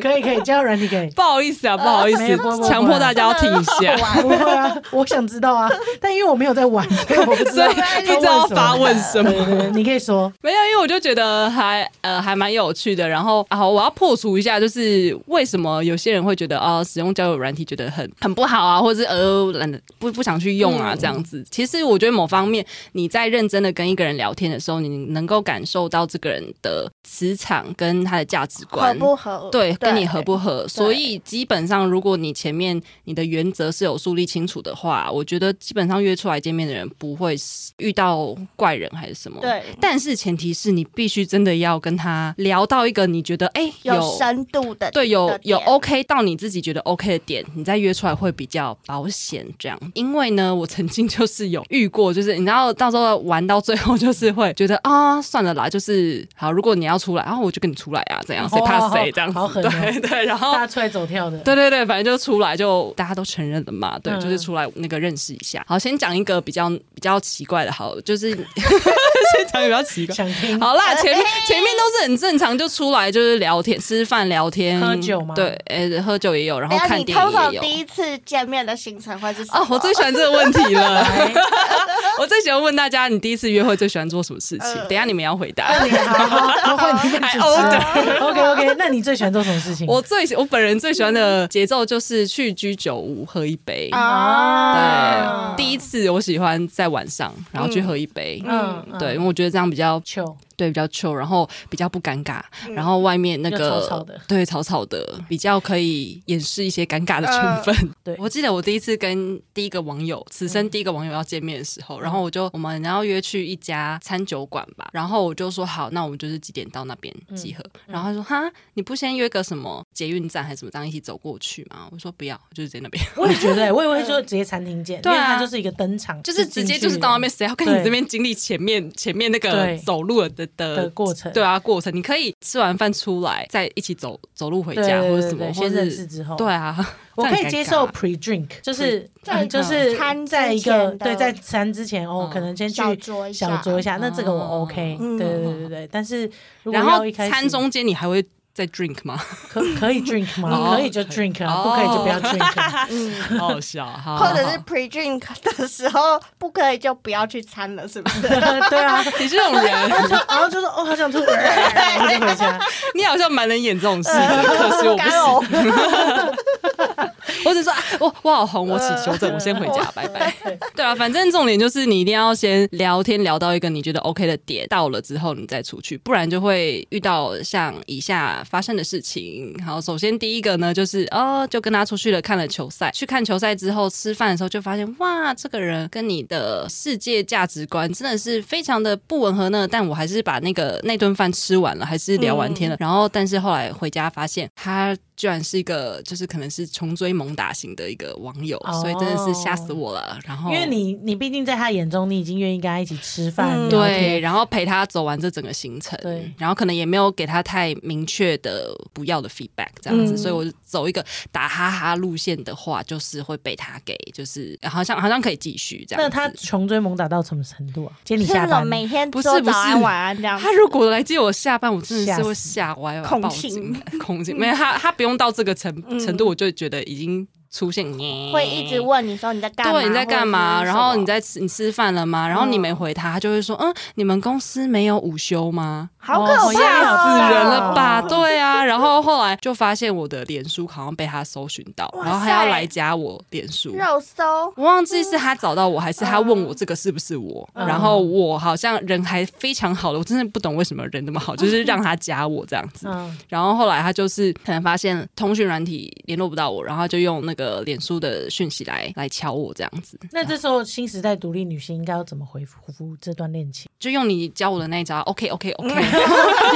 S1: 可以可以，交友软体可以。
S3: 不好意思啊，不好意思
S1: 没有不会不，会
S3: 强 迫大家要听一下。
S1: 不会啊，我想知道啊，但因为我没有在 玩，所以我不知
S3: 所
S1: 道
S3: 以不知道发问什
S1: 对对
S3: 么。
S1: 对，你可以说，
S3: 没有，因为我就觉得还呃还蛮有趣的。然后啊，好我要破除一下，就是为什么有些人会觉得啊、使用交友软体觉得很很不好啊，或者是呃懒得不不想去用啊这样子。其实我觉得某方面你在认真的跟一个人聊天的时候，你能够感受到这个人的磁场跟他的价值
S2: 合
S3: 观。
S2: 不合？
S3: 对，跟你合不合？所以基本上，如果你前面你的原则是有树立清楚的话，我觉得基本上约出来见面的人不会是遇到怪人还是什么。。
S2: 对，
S3: 但是前提是你必须真的要跟他聊到一个你觉得哎、
S2: 有深度的，
S3: 对有
S2: 的
S3: 有
S2: 点
S3: OK 到你自己觉得 OK 的点，你再约出来会比较保险。这样，因为呢，我曾经就是有遇过，就是你知道到时候玩到最后就是会觉得啊算了啦，就是好，如果你要出来，然、后我就跟你出来啊，怎样谁怕谁这样子，
S1: 哦好狠哦
S3: 对对，然后
S1: 大。家出来走跳的，
S3: 对对对，反正就出来就大家都承认了嘛，对，
S1: 嗯
S3: 就是出来那个认识一下。好，先讲一个比较比较奇怪的，好了，就是 先讲一个比较奇怪。
S1: 想听
S3: 好啦，前面前面都是很正常，就出来就是聊天、吃饭、聊天、
S1: 喝酒吗
S3: 对，呃，喝酒也有，然后
S2: 等一下
S3: 看
S2: 哎你
S3: 电影
S2: 通常
S3: 也有。
S2: 第一次见面的行程会是什么？
S3: 啊，我最喜欢这个问 题了。
S2: 哎
S3: 我最喜欢问大家，你第一次约会最喜欢做什么事情？
S2: 呃
S3: 等一下你们要回答。
S1: 好好好，换你变主持人。OK OK，那你最喜欢做什么事情？
S3: 我最喜我本人最喜欢的节奏就是去居酒屋喝一杯。
S1: 啊
S2: 啊，
S3: 第一次我喜欢在晚上，然后去喝一杯。
S1: 嗯
S3: 对，因为我觉得这样比较
S1: 球
S3: 对比较 chill，然后比较不尴尬，然后外面那
S1: 又
S3: 个
S1: 吵吵的
S3: 对草草的，比较可以掩饰一些尴尬的成分。
S1: 对
S3: 我记得我第一次跟第一个网友，此生第一个网友要见面的时候，然后我就我们然后约去一家餐酒馆吧，然后我就说好，那我们就是几点到那边集合，然后他说哈，你不先约个什么捷运站还是什么这样一起走过去吗？我说不要，就是在那边，
S1: 我也觉得，我也会说直接餐厅见，因
S3: 对
S1: 为
S3: 啊
S1: 它就是一个登场，
S3: 就是直接就是到那边，谁要跟
S1: 对
S3: 你这边经历前面前面那个
S1: 对
S3: 走路的的
S1: 的过程，
S3: 对啊，过程你可以吃完饭出来，再一起走走路回
S1: 对
S3: 家
S1: 对
S3: 或
S1: 对
S3: 者什么，
S1: 对
S3: 或
S1: 先
S3: 者
S1: 认识之后，
S3: 对啊，
S1: 我
S3: 这样
S1: 可
S3: 很
S1: 以接
S3: 尴
S1: 受
S3: 尬
S1: pre drink，就是
S2: 在
S1: 呃就是
S2: 餐之
S1: 在一
S2: 前
S1: 个
S2: 的
S1: 对在餐之前哦
S3: 嗯，
S1: 可能先去
S2: 小酌一下
S1: 小酌一下，那这个我
S3: 哦
S1: OK，
S2: 嗯
S1: 对对对对对。但是如果
S3: 然后
S1: 要一开始
S3: 餐中间你还会在 drink 吗？
S1: 可可以 drink 吗？
S3: 哦
S1: 可以就 drink 啊，
S3: 哦
S1: 不可以就不要 drink 啊。
S2: 嗯，
S3: 好好笑，啊好
S2: 或者是 pre drink 的时候不可以就不要去参了，是不 是？
S1: 对啊，
S3: 你这种人，
S1: 然后就说哦，好想吐，然后就回家。
S3: 你好像蛮能演 这种事情，可惜我不
S2: 干
S3: 行。
S2: 呕。
S3: 我只说啊，我我好红，我请求 证，我先回家，拜拜。 对啊，反正重点就是你一定要先聊天聊到一个你觉得 OK 的点，到了之后你再出去，不然就会遇到像以下发生的事情。好，首先第一个呢，就是哦，就跟他出去了看了球赛，去看球赛之后吃饭的时候就发现，哇，这个人跟你的世界价值观真的是非常的不吻合呢。但我还是把那个那顿饭吃完了，还是聊完天了。然后，但是后来回家发现他。居然是一个，就是可能是穷追猛打型的一个网友，所以真的是吓死我了。然后，
S1: 因为你你毕竟在他眼中，你已经愿意跟他一起吃饭、
S2: 嗯
S1: 聊
S3: 对，
S1: 天，
S3: 然后陪他走完这整个行程，
S1: 对
S3: 然后可能也没有给他太明确的不要的 feedback 这样子，
S2: 嗯
S3: 所以我走一个打哈哈路线的话，就是会被他给，就是好像好像可以继续这样
S1: 那
S3: 子。
S1: 他穷追猛打到什么程度啊？接你
S2: 是
S1: 下
S2: 那
S1: 班
S2: 种？每天
S3: 不
S2: 说
S3: 是不
S2: 早安
S3: 是
S2: 晚安这样子。
S3: 他如果来接我下班，我真的
S1: 吓
S3: 是
S1: 死
S3: 会吓歪吧，
S2: 恐
S3: 报
S2: 惊
S3: 警， 恐 惊。没有他，他不用到这个程
S2: 嗯
S3: 程度，我就觉得已经出现耶
S2: 会一直问你说你在
S1: 啊
S2: 干嘛？
S3: 对，你在干嘛？然后你
S2: 在
S3: 在吃，你吃饭了吗？然后你没回他，他就会说，嗯，你们公司没有午休吗？
S2: 好可
S1: 哦吓
S2: 怕，
S3: 死人了吧？
S1: 哦
S3: 对啊，然后后来就发现我的脸书好像被他搜寻到，
S2: 哇塞
S3: 然后他要来加我脸书。
S2: 肉搜，
S3: 我忘记是他找到我，还是他问我这个是不是我。
S1: 嗯
S3: 然后我好像人还非常好的，我真的不懂为什么人那么好，就是让他加我这样子。
S1: 嗯，
S3: 然后后来他就是可能发现通讯软体联络不到我，然后他就用那个脸书的讯息来来敲我这样子。
S1: 那这时候新时代独立女性应该要怎么回复这段恋情？
S3: 就用你教我的那一招，OK OK OK OK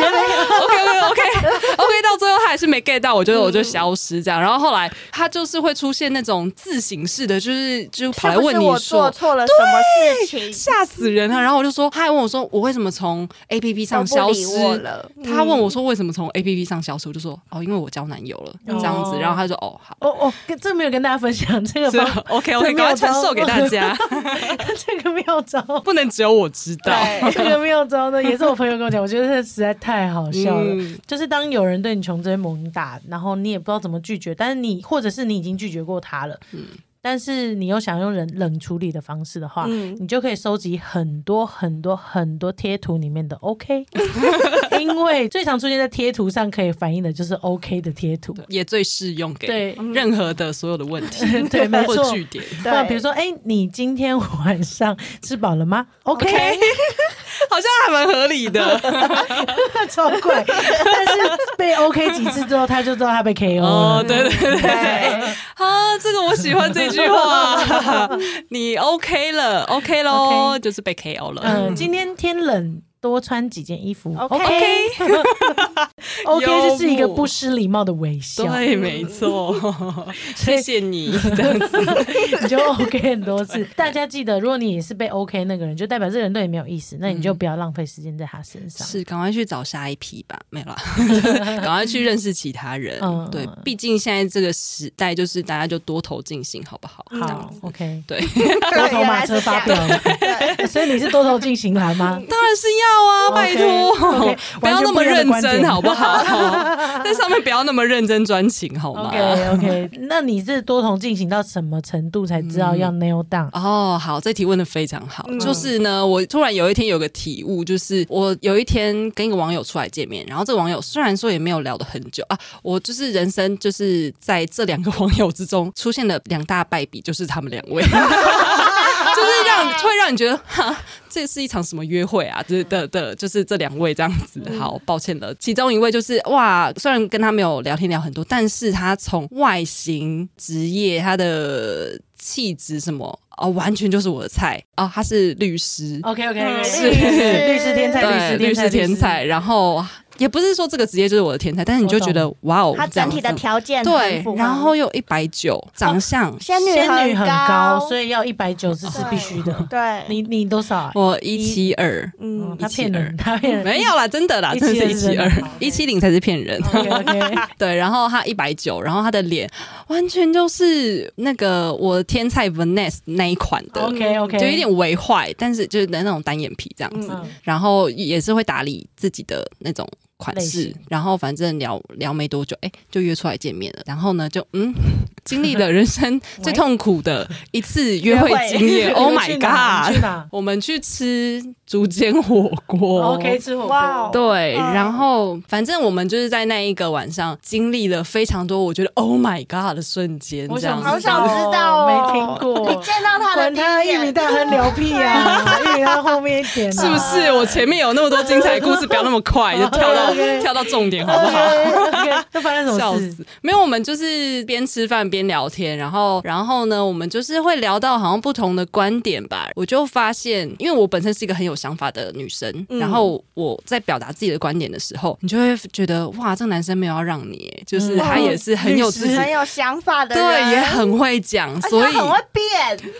S3: OK OK OK，到最后他还是没 get 到，我觉得我就消失这样。然后后来他就是会出现那种自省式的，就是就跑来
S2: 是不
S3: 问
S2: 是
S3: 你
S2: 我做
S3: 说。
S2: 错了什么事情？
S3: 吓死人啊！然后我就说，他还问我说，我为什么从 A P P 上
S2: 都不
S3: 消
S2: 理
S3: 失？
S2: 我了，
S3: 他问我说，为什么从 A P P 上消失？我就说，哦，因为我交男友了，这样子。
S1: 哦
S3: 然后他就说，哦，好，
S1: 哦哦，跟这没有跟大家分享这个
S3: 是
S1: 方
S3: OK
S1: 这
S3: OK，
S1: 没
S3: 赶
S1: 有
S3: 快传授给大家，
S1: 这个妙招，
S3: 不能只有我知道。
S2: 对，
S1: 这个妙招呢，也是我朋友跟我讲，我觉得这实在太好笑了。
S3: 嗯
S1: 就是当有人对你穷追猛打，然后你也不知道怎么拒绝，但是你或者是你已经拒绝过他了，但是你又想用人冷处理的方式的话，
S2: 嗯，
S1: 你就可以收集很多很多很多贴图里面的 OK，因为最常出现在贴图上可以反映的就是 OK 的贴图。
S3: 也最适用给
S1: 对，
S3: 任何的所有的问题
S1: 对没
S3: 或
S1: 错
S3: 据点，
S1: 那
S2: 对，
S1: 比如说，哎、你今天晚上吃饱了吗？OK，,
S3: 好像还蛮合理的。
S1: 超怪。但是被 OK 几次之后，他就知道他被 KO 了。
S3: 哦，对对对
S2: 对，
S3: 啊，这个我喜欢这句 话，你 OK 了，OK 喽
S1: OK
S3: 就是被 KO 了。
S1: 嗯、今天天冷，多穿几件衣服。
S2: OK
S1: OK，OK
S3: 幽默
S1: 就是一个不失礼貌的微笑，
S3: 对，没错， 谢谢你。这样子
S1: 你就 OK 很多次。大家记得，如果你也是被 OK 那个人，就代表这个人对你没有意思，那你
S3: 嗯
S1: 就不要浪费时间在他身上。
S3: 是，赶快去找下一批吧，没 啦，赶快去认识其他人
S1: 嗯。
S3: 对，毕竟现在这个时代，就是大家就多头进行，好不好？这样
S1: 好
S3: 子，
S1: ，OK，
S3: 对，
S1: 多头马车发表
S2: 对。
S1: 了，所以你是多头进行栏 吗？
S3: 当然是要啊，拜托
S1: OK，OK，，
S3: 不要那么认
S1: 完全不一样的观
S3: 真，
S1: 点
S3: 好不好？ 在上面不要那么认真专情，好吗？
S1: OK OK，那你是多头进行到什么程度才知道
S3: 嗯
S1: 要 nail down？
S3: 哦，好，这题问的非常好。
S2: 嗯
S3: 就是呢，我突然有一天有个体悟，就是我有一天跟一个网友出来见面，然后这个网友虽然说也没有聊得很久啊，我就是人生就是在这两个网友之中出现了两大败笔，就是他们两位， 就是让会让你觉得 哈。这是一场什么约会啊？就是的的，就是这两位这样子。好，抱歉了。其中一位就是哇，虽然跟他没有聊天聊很多，但是他从外形、职业、他的气质什么啊、哦，完全就是我的菜啊、哦。他是律师，
S1: OK OK，
S2: 嗯
S1: 律师
S2: 是
S1: 律师天才，
S3: 对，
S1: 哦律师天才，
S3: 天才。然后也不是说这个职业就是我的天才，但是你就觉得哇哦，
S2: 他
S3: 这样
S2: 整体的
S3: 子
S2: 条件
S3: 对
S2: 很符，合
S3: 然后又一百九，长相。
S2: 仙女
S1: 仙女很高，
S2: 高，
S1: 所以要一百九十是必须的。
S2: 对，
S1: 你你多少啊？
S3: 我一七二，
S1: 嗯，
S2: 嗯
S1: 他骗人，他骗人。
S3: 没有啦，真的啦，真的是一七二，一七零才是骗人。
S1: OK OK，
S3: 对，然后他一百九，然后他的脸完全就是那个我天菜 Vanessa 那一款的
S1: OK OK，
S3: 嗯就有点微坏，但是就是那种单眼皮这样子，
S1: 嗯
S3: 然后也是会打理自己的那种款
S1: 类
S3: 式
S1: 型，
S3: 然后反正聊聊没多久，哎、就约出来见面了。然后呢，就嗯， 经历了人生最痛苦 的一次约会经验。
S1: 你
S3: oh
S1: 们
S3: my
S1: 去哪你们
S3: god！
S1: 去哪
S3: 我们去吃竹间火锅。
S1: ？OK，吃火
S2: 哇哦
S1: 锅。
S3: 对，
S2: 嗯
S3: 然后反正我们就是在那一个晚上经历了非常多我觉得 Oh my God 的瞬间，
S1: 我
S3: 这样
S1: 想
S3: 子
S2: 好想知道哦
S1: 没听过。
S2: 你见到他的
S1: 管
S2: 第
S1: 他
S2: 一
S1: 玉米
S2: 眼，
S1: 大亨聊屁 啊，玉米大亨后面一点啊、
S3: 是不是？我前面有那么多精彩故事，不要那么 快就跳到
S1: OK
S3: 跳到重点，好不 好？
S1: OK，那发生什
S3: 笑
S1: 么事？
S3: 死！没有，我们就是边吃饭边聊天，然后，然后呢，我们就是会聊到好像不同的观点吧。我就发现，因为我本身是一个很有想法的女生，
S2: 嗯
S3: 然后我在表达自己的观点的时候，你就会觉得哇，这个男生没有要让你耶，就是
S1: 嗯
S3: 他也是很有自己，
S2: 很有想法的人，
S3: 对，也很会讲，
S2: 而且
S3: 所以
S2: 他很会变，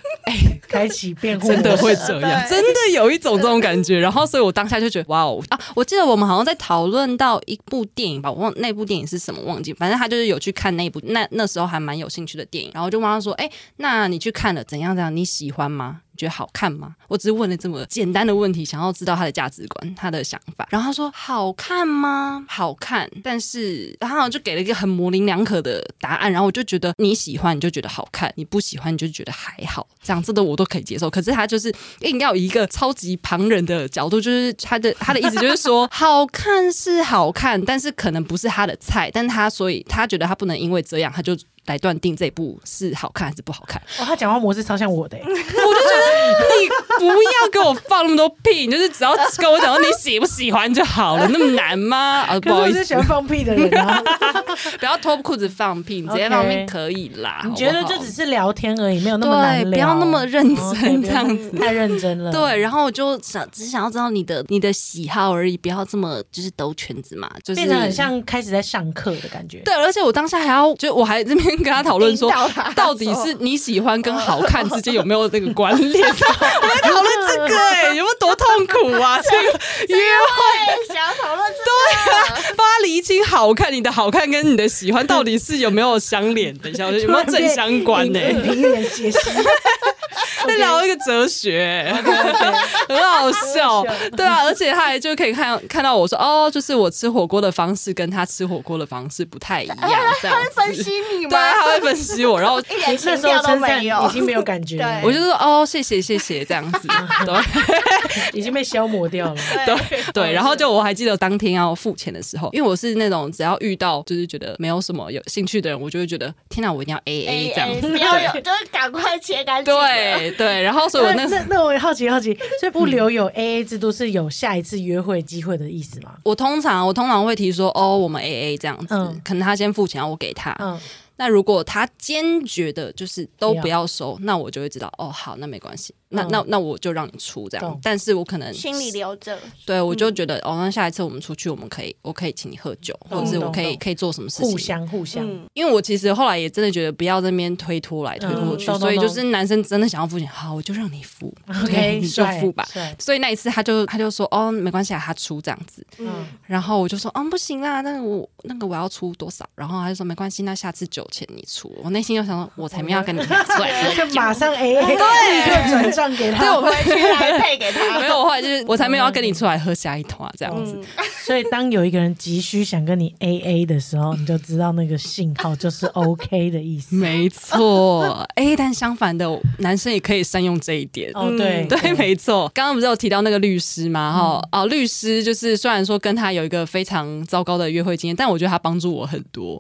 S1: 开启辩护模式，
S3: 真的会这样，
S2: 对
S3: 真的有一种这种感觉。然后，所以我当下就觉得，哇哦啊！我记得我们好像在讨论到一部电影吧，我忘那部电影是什么忘记，反正他就是有去看那部，那那时候还蛮有兴趣的电影。然后我就问他说，哎、那你去看了怎样怎样？你喜欢吗？你觉得好看吗？我只是问了这么简单的问题，想要知道他的价值观、他的想法。然后他说好看吗？好看，但是呃他好像就给了一个很模棱两可的答案。然后我就觉得你喜欢你就觉得好看，你不喜欢你就觉得还好，讲这个我都可以接受。可是他就是硬要以一个超级旁人的角度，就是他的他的意思就是说，好看是好看，但是可能不是他的菜，但他所以他觉得他不能因为这样他就来断定这部是好看还是不好 看。
S1: 哇，他讲话模式超像我的、欸，
S3: 你不要给我放那么多屁，你就是只要跟我讲说你喜不喜欢就好了，那么难吗？啊，
S1: 可
S3: 不
S1: 是
S3: 好
S1: 我
S3: 意
S1: 是
S3: 思，
S1: 喜欢放屁的人 啊。
S3: 不要脱裤子放屁，你直接
S1: OK
S3: 放屁可以啦。
S1: 你觉得
S3: 好不好
S1: 就只是聊天而已，没有那么难聊，
S3: 对，不要那么认
S1: OK，
S3: 真
S1: 不
S3: 这
S1: 要
S3: 样
S1: 那
S3: 子。
S1: 么太认真了。
S3: 对，，然后我就想，只想要知道你的你的喜好而已，不要这么就是兜圈子嘛，就是
S1: 变成很像开始在上课的感觉。
S3: 对，而且我当下还要，就我还这边跟他讨论 说
S2: 引导他，
S3: 到底是你喜欢跟好看之间有没有那个关 联？我在讨论这个、欸，有没有多痛苦 啊？这个约
S2: 对，想要讨论这 个，
S3: 巴黎清好看，你的好看跟你的喜欢到底是有没有相连？等一下，有没有正相 关呢、
S1: 影评人解析，
S3: 在聊一个哲学、 很好笑，对啊，而且他还就可以看看到我说哦，就是我吃火锅的方式跟他吃火锅的方式不太一样，这样
S2: 他会分
S3: 子。
S2: 析你
S3: 对啊，
S2: 吗？
S3: 他会分析我，然后
S2: 一点
S1: 那
S2: 情
S1: 时候
S2: 调都
S1: 称
S2: 没
S1: 赞
S2: 有
S1: 已，经没有感觉了，
S2: 对
S3: 我就说哦，谢谢谢谢这样子，对
S1: 已经被消磨掉了。
S3: 对对。然后就我还记得当天要付钱的时候，因为我是那种只要遇到就是觉得没有什么有兴趣的人，我就会觉得天哪，我一定要 A A 这样
S2: 哎不
S3: 子，
S2: 要有，就是赶快切干净。，
S3: 对对。然后所以我
S1: 那
S3: 那
S1: 那那我也好奇好奇，所以不留有 AA 制度是有下一次约会机会的意思吗？
S3: 我通常我通常会提说哦，我们 A A 这样子，
S1: 嗯
S3: 可能他先付钱，然后我给他。
S1: 嗯，
S3: 那如果他坚决的，就是都
S1: 不要
S3: 不要收，那我就会知道哦，好，那没关系，那、
S1: 嗯
S3: 那那我就让你出这样
S1: 懂。
S3: 但是我可能
S2: 心里嗯留着。
S3: 对我就觉得、哦，那下一次我们出去，我们可以，我可以请你喝酒，
S1: 懂
S3: 或者是我可
S1: 嗯懂
S3: 以
S1: 懂
S3: 可以做什么事情。
S1: 互相互相，
S2: 嗯，
S3: 因为我其实后来也真的觉得不要在那边推脱来推脱
S1: 嗯
S3: 去，
S1: 懂懂
S3: 所以就
S1: 懂
S3: 是男生真的想要付钱，好，我就让你付
S1: OK，
S3: 对 你就
S1: 帅
S3: 付吧。
S1: 帅
S3: 所以那一次他就他就说哦，没关系啊，他出这样子。
S1: 嗯，
S3: 然后我就说，嗯，不行啦，那个我那个我要出多少？然后他就说没关系，那下次酒钱你出。我内心就想说，我才没有跟你拿出来喝
S1: 就
S3: 酒。
S1: 马上 AA，立刻转账给
S3: 对，
S1: 他。
S3: 我
S2: 回去来配给 他。
S3: 没有，我后来就是我才没有要跟你出来喝下一桶啊，这样子。
S2: 嗯，
S1: 所以当有一个人急需想跟你 AA 的时候，你就知道那个信号就是 OK 的意思。
S3: 没错，哎，但相反的，男生也可以善用这一点。
S1: 哦，对
S3: 对，没错。刚刚不是有提到那个律师吗？哈、啊，律师就是虽然说跟他有一个非常糟糕的约会经验，但我觉得他帮助我很多。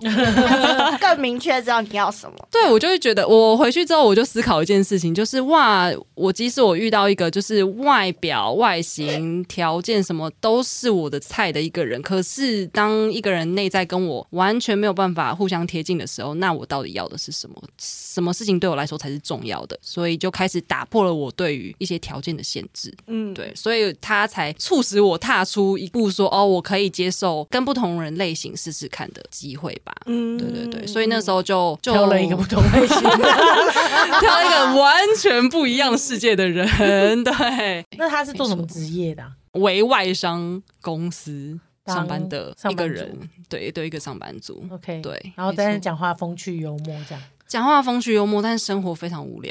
S2: 更明确知道你要什么。
S3: 对，我就会觉得，我回去之后我就思考一件事情，就是哇，我即使我遇到一个就是外表、外形、条件什么都是我的菜的一个人，可是当一个人内在跟我完全没有办法互相贴近的时候，那我到底要的是什么？什么事情对我来说才是重要的？所以就开始打破了我对于一些条件的限制。
S2: 嗯，
S3: 对，所以他才促使我踏出一步说，哦，我可以接受跟不同人类型试试看的机会吧。
S2: 嗯
S3: 对对对，所以那时候就就
S1: 挑了一个不同类型 的。
S3: 挑一个完全不一样世界的人，对，
S1: 那他是做什么职业的啊？
S3: 为外商公司
S1: 当
S3: 上班的一个
S1: 上班
S3: 人，对对，一个上班族。
S1: OK，
S3: 对
S1: 然后在
S3: 没
S1: 那
S3: 错
S1: 讲话风趣幽默这样。
S3: 讲话风趣幽默，但是生活非常无聊。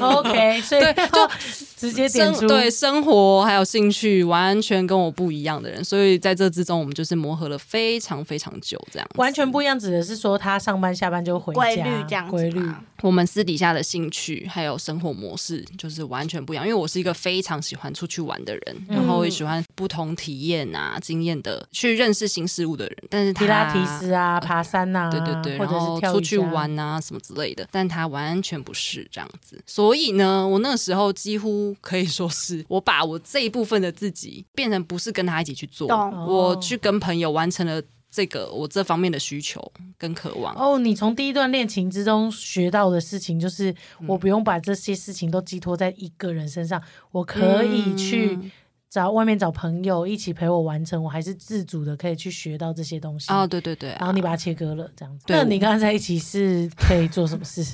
S1: OK，所以
S3: 对就
S1: 就直接点
S3: 生
S1: 出
S3: 对生活还有兴趣完全跟我不一样的人，所以在这之中我们就是磨合了非常非常久，这样子
S1: 完全不一样，指的是说他上班下班就回家，
S2: 规律这样子啊
S1: 规律
S2: 嘛
S3: 我们私底下的兴趣还有生活模式就是完全不一样，因为我是一个非常喜欢出去玩的人，
S1: 嗯
S3: 然后也喜欢不同体验啊、经验的去认识新事物的人，但是他
S1: 提拉提斯啊，爬山呐、啊，
S3: 对对对，
S1: 或
S3: 然
S1: 者
S3: 后
S1: 是跳
S3: 出
S1: 瑜
S3: 去
S1: 伽，
S3: 玩啊什么之类的，但他完全不是这样子。所以呢，我那时候几乎可以说是我把我这一部分的自己变成不是跟他一起去做，
S2: 懂
S3: 我去跟朋友完成了这个我这方面的需求跟渴望。
S1: 哦，你从第一段恋情之中学到的事情，就是
S3: 嗯
S1: 我不用把这些事情都寄托在一个人身上，我可以去
S3: 嗯
S1: 找外面找朋友一起陪我完成，我还是自主的可以去学到这些东西。
S3: 哦，对对对啊、
S1: 然后你把它切割了，这样子。
S3: 对
S1: 那
S3: 我
S1: 你跟他在一起是可以做什么事？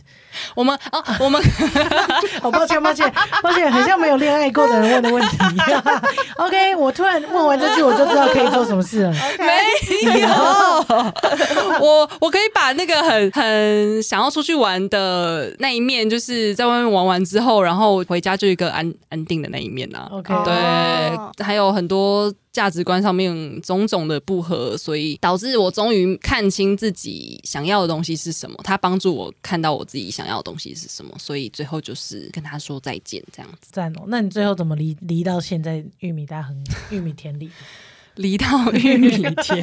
S3: 我们哦，我们
S1: 哦，抱歉，抱歉，抱歉，很像没有恋爱过的人问的问题。OK，我突然问完这句，我就知道可以做什么 事了。
S3: 没有，
S1: 啊
S3: 我我可以把那个很很想要出去玩的那一面，就是在外面玩完之后，然后回家就一个安安定的那一面啊。
S1: OK，
S2: 哦
S3: 对，还有很多价值观上面种种的不合，所以导致我终于看清自己想要的东西是什么。他帮助我看到我自己想要的东西是什么，所以最后就是跟他说再见，这样子
S1: 赞哦。那你最后怎么离离到现在玉米大亨、玉米田 里？
S3: 离到玉米 田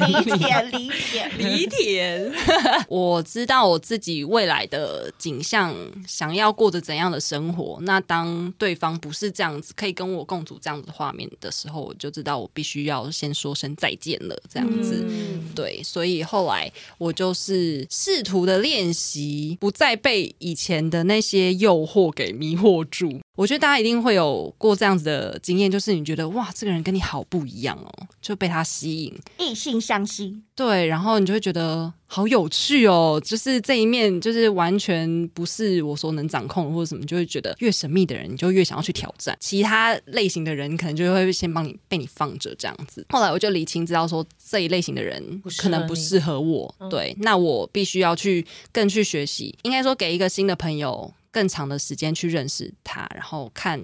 S2: 理
S3: 里。
S2: 解理解，
S3: 犁田， 我知道我自己未来的景象，想要过着怎样的生活。那当对方不是这样子，可以跟我共处这样子的画面的时候，我就知道我必须要先说声再见了，这样子。
S2: 嗯
S3: 对，所以后来我就是试图的练习，不再被以前的那些诱惑给迷惑住。我觉得大家一定会有过这样子的经验，就是你觉得哇，这个人跟你好不一样哦，就被他吸引，
S2: 异性相 吸，
S3: 对，然后你就会觉得好有趣哦，就是这一面就是完全不是我所能掌控的或者什么，你就会觉得越神秘的人你就越想要去挑战，其他类型的人可能就会先帮你被你放着这样子。后来我就理清，知道说这一类型的人
S1: 不适合
S3: 可能不
S1: 你嗯
S3: 适合我，对，那我必须要去更去学习，应该说给一个新的朋友。更长的时间去认识他，然后看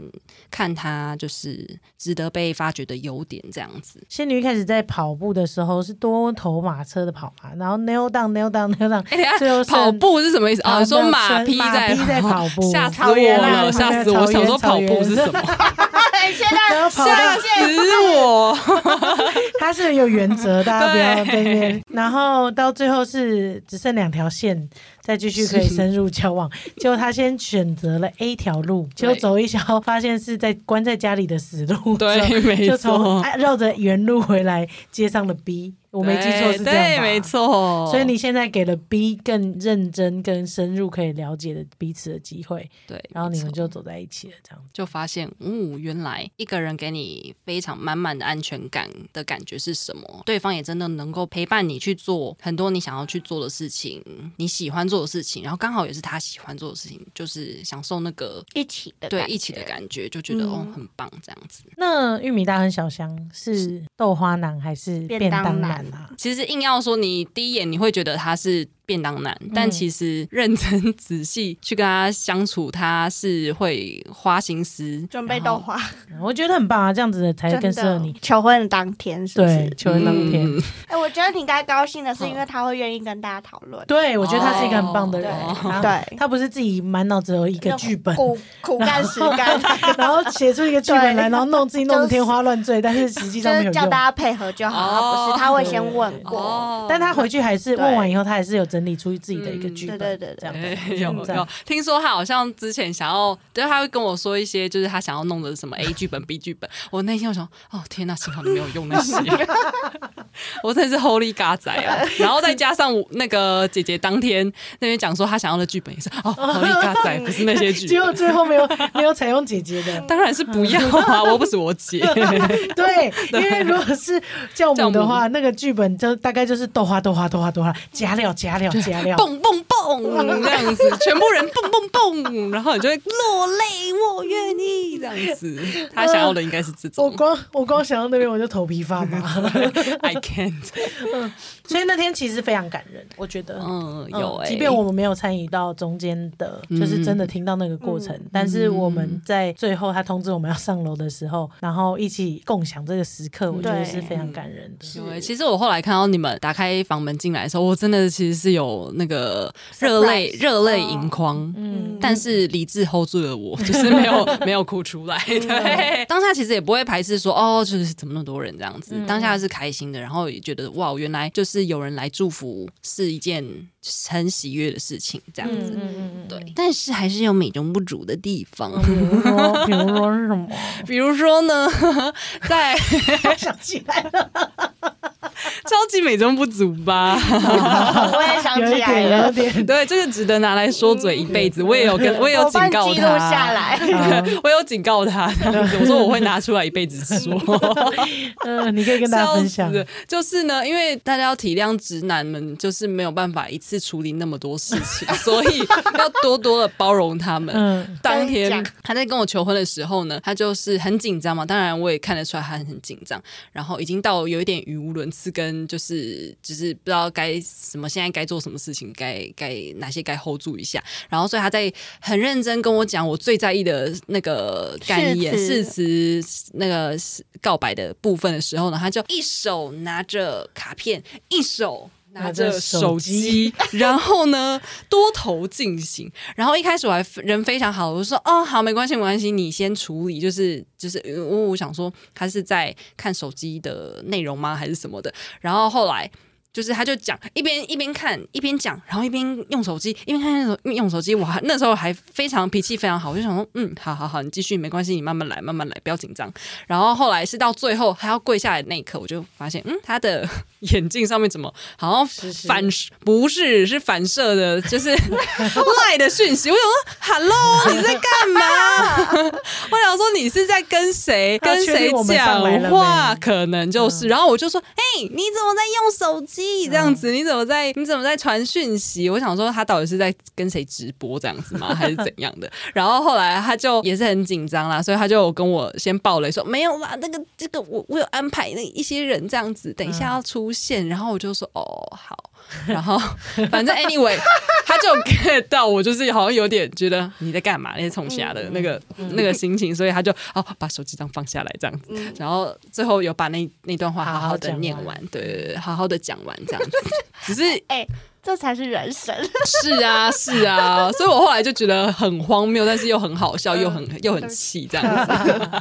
S3: 看他就是值得被发掘的优点，这样子。
S1: 仙女一开始在跑步的时候是多头马车的跑嘛，然后 nail down nail down nail down，
S3: 哎、等一下
S1: 最后剩
S3: 跑步是什么意思？
S1: 啊
S3: 哦，你说
S1: 没有
S3: 马
S1: 剩
S3: 匹
S1: 马
S3: 在
S1: 匹在跑步
S3: 吓死
S1: 草原
S3: 我
S1: 啊
S3: 了，吓死我！
S1: 草原
S3: 想说跑
S1: 草原
S3: 步是什么？
S2: 现在
S1: 然后跑
S3: 吓
S1: 到
S3: 死我！
S1: 它是有原则，大家不要
S3: 对
S1: 对面。然后到最后是只剩两条线，再继续可以
S3: 是
S1: 深入交 往。结果他先选择了 A 条路，结果
S3: 对
S1: 走一条发现是在关在家里的死路，
S3: 对，
S1: 就，
S3: 没
S1: 就从
S3: 错，
S1: 啊绕着原路回来接上了 B。我没记错是这样
S3: 对，对
S1: 吧
S3: 没。错。
S1: 所以你现在给了 B 更认真、更深入可以了解的彼此的机会，
S3: 对，
S1: 然后你
S3: 没
S1: 们
S3: 错
S1: 就走在一起了，这样
S3: 就发现，嗯，原来一个人给你非常满满的安全感的感觉是什么？对方也真的能够陪伴你去做很多你想要去做的事情，你喜欢做的事情，然后刚好也是他喜欢做的事情，就是享受那个
S2: 一起的
S3: 对
S2: 感
S3: 一起的
S2: 觉
S3: 感觉，就觉得、哦很棒这样子。
S1: 那玉米大亨小香是豆花男还是便
S2: 便当
S1: 当
S2: 男
S1: 男啊？
S3: 其实硬要说你第一眼你会觉得他是便当男，
S1: 嗯
S3: 但其实认真仔细去跟他相处，他是会花心思，
S2: 准备
S3: 然
S2: 豆
S3: 后
S2: 花，
S1: 我觉得很棒啊，这样子才
S2: 真
S1: 更适合
S2: 的
S1: 你。
S2: 求婚的当天是不
S1: 对，
S2: 是？
S1: 求婚当天，
S3: 嗯
S2: 哎，我觉得你该高兴的是，
S3: 嗯
S2: 因为他会愿意跟大家讨论，
S1: 对我觉得他是一个很棒的人。
S2: 哦
S1: 然后
S2: 对
S1: 他不是自己满脑子有一个剧本，
S2: 苦苦干实干，
S1: 然后写出一个剧本来，
S2: 对
S1: 然后弄自己弄得天花乱坠，但是实际
S2: 就
S1: 上没
S2: 是
S1: 有
S2: 叫大
S1: 用。
S2: 家配合就好，
S3: 哦
S2: 他不是他会先问过，
S3: 哦
S1: 但他回去还是
S2: 对
S1: 问完以后，他还是有整理出自己的一个剧本。
S2: 嗯对对对对
S1: 这样
S3: 哎
S1: 子
S3: 有
S1: 这样
S3: 有，听说他好像之前想要，对，他会跟我说一些，就是他想要弄的什么 A 剧本、B 剧本。 我内心我想，哦天呐，幸好你没有用那些， 我真的是 Holy 嘎仔 啊！然后再加上我那个姐姐当天那边讲说，她想要的剧本也是哦 Holy 嘎仔，不是那些剧
S1: 结
S3: 本
S1: 果。最后没有没有采用姐姐的，
S3: 当然是不要 啊！我不是我姐，
S1: 对，因为如果是教母的
S3: 教
S1: 话，那个剧本就大概就是豆花豆花豆花豆花，加料加料加料，
S3: 蹦蹦蹦这样子，全部人蹦蹦蹦，然后你就会落泪，我愿意这样样子， 他想要的应该是这
S1: 我
S3: 种。
S1: 光我光想到那边我就头皮发麻，
S3: I can't。
S1: 所以那天其实非常感人，我觉得。
S3: 嗯，
S1: 嗯
S3: 有哎、
S1: 即便我们没有参与到中间的，就是真的听到那个过程，但是我们在最后他通知我们要上楼的时候，然后一起共享这个时刻，我觉得是非常感人的。
S3: 有哎、其实我后来看到你们打开房门进来的时候，我真的其实是有那个热泪
S2: Surprise
S3: 热泪盈眶。
S1: 嗯，
S3: 但是理智 hold 住了我，就是没有没有哭出来。
S1: 嗯
S3: 对，当下其实也不会排斥说哦，就是怎么那么多人这样子。
S1: 嗯
S3: 当下是开心的，然后也觉得哇，原来就是有人来祝福是一件很喜悦的事情，这样
S1: 嗯
S3: 子。
S1: 嗯嗯嗯，
S3: 对，但是还是有美中不足的地方，
S1: 比如说，比如说是什么？
S3: 比如说呢， 在
S1: 我想起来了，
S3: 超级美中不足 吧。
S2: 我也想
S1: 有
S2: 起
S1: 一
S2: 来
S1: 点，
S2: 了
S1: 有一，点。
S3: 对，这个值得拿来说嘴一辈子。我也有跟，我也有
S2: 嗯我
S3: 警
S2: 帮你
S3: 告
S2: 记录
S3: 他
S2: 下。来。
S1: 嗯
S3: 我有警告他，这样子我说我会拿出来一辈子说，
S1: 嗯，你可以 跟大家分享
S3: 笑。死就是呢，因为大家要体谅直男们，就是没有办法一次处理那么多事 情，所以要多多的包容他们。
S1: 嗯，
S3: 当
S2: 跟你
S3: 天
S2: 讲
S3: 他在跟我求婚的时候呢，他就是很紧张嘛，当然我也看得出来他很紧张，然后已经到有一点语无伦次，跟就是就是不知道该什么，现在该做什么事情，该该哪些该 hold 住一下，然后所以他在很认真跟我讲我最在意的那个干言誓
S2: 誓
S3: 词那个告白的部分的时候呢，他就一手拿着卡片，一手。拿着
S1: 拿着手
S3: 手机， 然后呢，多头进行，然后一开始我还人非常好，我就说哦好，没关系没关系，你先处理，就是就是因为我想说他是在看手机的内容吗还是什么的，然后后来。就是他就讲一边一边看一边讲，然后一边用手机，一边看手用手机。我还那时候还非常脾气非常好，我就想说，嗯，好好好，你继续，没关系，你慢慢来，慢慢来，不要紧张。然后后来是到最后还要跪下来那一刻，我就发现，嗯，他的眼镜上面怎么好像
S1: 湿湿
S3: 反不是是反射的，就是 赖的讯息。我想说，Hello，你在干嘛？ 我想说你是在跟谁
S1: 他
S3: 跟
S1: 确定
S3: 谁
S1: 我们上来
S3: 讲
S1: 了
S3: 话？
S1: 没
S3: 可能就是，然后我就说，嘿，你怎么在用手机？这样子，你怎么在你怎么在传讯息？我想说他到底是在跟谁直播这样子吗？还是怎样的？然后后来他就也是很紧张啦，所以他就有跟我先爆雷说没有啦，那个这个我我有安排那一些人这样子，等一下要出现。然后我就说哦好，然后 反正 anyway 他就 get 到我就是好像有点觉得你在干嘛，你在冲下的那个、那个心情，所以他就哦把手机这样放下来这样子，然后最后有把那那段话
S1: 好好
S3: 好好的
S1: 讲
S3: 念
S1: 完
S3: 完，对对对，好好的讲完这样子，只是
S2: 哎，这才是人生。
S3: 是啊，是啊，所以我后来就觉得很荒谬，但是又很好笑，又很又很气，这样子。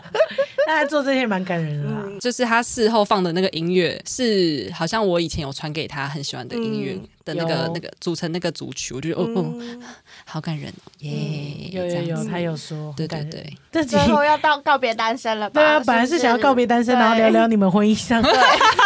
S1: 大家做这些蛮感人的啦。
S3: 就是他事后放的那个音乐，是好像我以前有传给他很喜欢的音乐
S2: 嗯
S3: 的那个、
S1: 有
S3: 那个组成那个组曲，我就觉得哦哦，
S2: 嗯
S3: 好感人哦，耶、
S1: 嗯有有
S3: 这样
S1: 有，
S3: 子。
S1: 他有说，很
S3: 对
S1: 感
S3: 对
S1: 人。
S3: 对，
S1: 这集
S2: 最后要到告别单身了吧？
S1: 对啊，
S2: 不
S1: 本来是想要告别单身，然后聊聊你们婚姻 上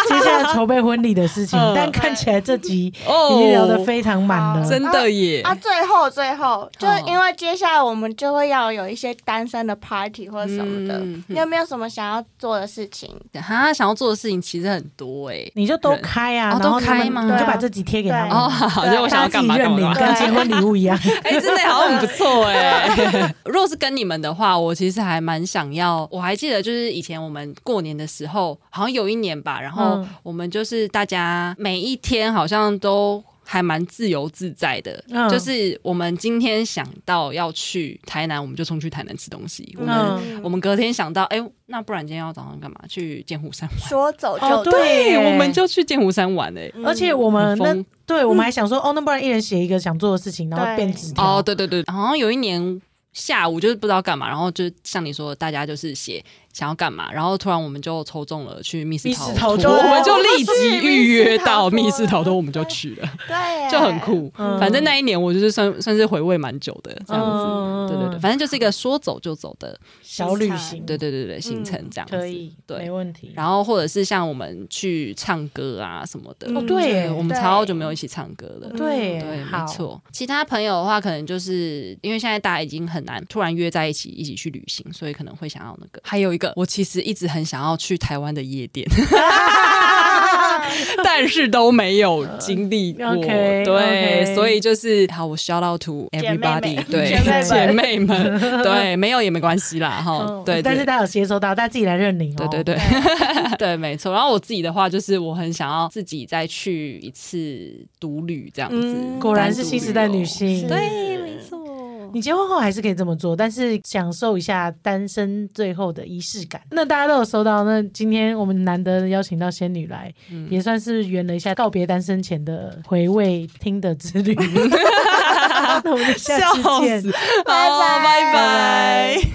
S1: 接下来筹备婚礼的事情
S3: 嗯，
S1: 但看起来这集
S3: 哦
S1: 已经聊得非常满
S2: 好
S1: 了。
S3: 真的耶，
S2: 啊，最后最后，就是
S3: 哦
S2: 因为接下来我们就会要有一些单身的 party 或者什么的，
S3: 嗯
S2: 你有没有什么想要做的事情？
S3: 他啊想要做的事情其实很多哎、
S1: 你就都开啊，
S3: 哦
S1: 然后
S3: 都
S1: 他
S3: 开
S1: 们
S3: 吗
S1: 你就
S2: 对啊
S1: 把这集贴给他
S2: 对
S3: 哦，
S1: 们，
S3: 好好，就我想
S1: 他
S3: 要
S1: 啊自
S3: 干
S1: 己
S3: 嘛干
S1: 认
S3: 嘛干
S1: 领，啊
S3: 嘛。
S1: 跟结婚礼物一 样。
S3: 哎、真的好像很不错哎、 如果是跟你们的话，我其实还蛮想要。我还记得就是以前我们过年的时候，好像有一年吧，然后
S1: 嗯
S3: 我们就是大家每一天好像都。还蛮自由自在的，
S1: 嗯
S3: 就是我们今天想到要去台南，我们就冲去台南吃东西。我们、
S1: 嗯
S3: 我们隔天想到，哎、那不然今天要早上干嘛？去剑湖山玩。
S2: 说走就
S1: 哦，
S2: 走，
S1: 对，
S3: 我们就去剑湖山玩哎、
S2: 嗯
S1: 而且我们
S3: 很
S1: 那
S3: 疯
S1: 对我们还想说，哦，那不然一人写一个想做的事情，然后
S2: 对
S1: 变纸条
S3: 哦，。对对对，好像有一年下午就是不知道干嘛，然后就像你说的，大家就是写想要干嘛，然后突然我们就抽中了去密室
S1: 密
S3: 逃
S1: 室逃
S3: 脱，
S1: 脱
S3: 我们就
S2: 我们
S3: 立即
S2: 去
S3: 预
S2: 密室
S3: 约
S2: 逃
S3: 到
S2: 脱
S3: 密室逃脱，
S2: 了
S3: 我们就 去了，
S2: 对，
S3: 就很。 酷。
S1: 嗯
S3: 反正那一年我就是算算是回味蛮久的这样子。
S1: 嗯
S3: 对对对，反正就是一个说走就走的，
S1: 小旅行，
S3: 对对对对行程这样子。
S1: 嗯可以，
S3: 对
S1: 没问题。
S3: 然后或者是像我们去唱歌啊什么的，
S1: 哦，对耶，
S3: 我们
S2: 对
S3: 超久没有一起唱歌了。
S1: 对耶，
S3: 嗯对，没
S1: 好，嗯
S3: 错。其他朋友的话，可能就是因为现在大家已经很难突然约在一起一起去旅行，所以可能会想要那个。还有一个，我其实一直很想要去台湾的夜店， 但是都没有经历过。
S1: OK，OK
S3: 对所以就是好，我 shout out to
S2: 姐妹
S3: everybody，
S2: 们
S3: 对
S2: 姐妹们
S3: 姐妹们， 对没有也没关系啦，哈
S1: 嗯，
S3: 哦对，
S1: 但
S3: 对
S1: 是他有接收到，他自己来认领哦。
S3: 对对对， 对，没错。然后我自己的话，就是我很想要自己再去一次独旅这样子。
S2: 嗯
S1: 果然
S3: 单
S1: 是
S3: 独
S1: 新时
S3: 旅
S1: 代
S3: 游
S1: 女性。
S3: 对，没 错。
S1: 你结婚后还是可以这么做，但是享受一下单身最后的仪式感。那大家都有收到，那今天我们难得邀请到仙女来，
S3: 嗯
S1: 也算是圆了一下告别单身前的回味听的之 旅。那我们就下次
S3: 笑
S1: 见
S3: 死。好，拜
S2: 拜
S3: 拜。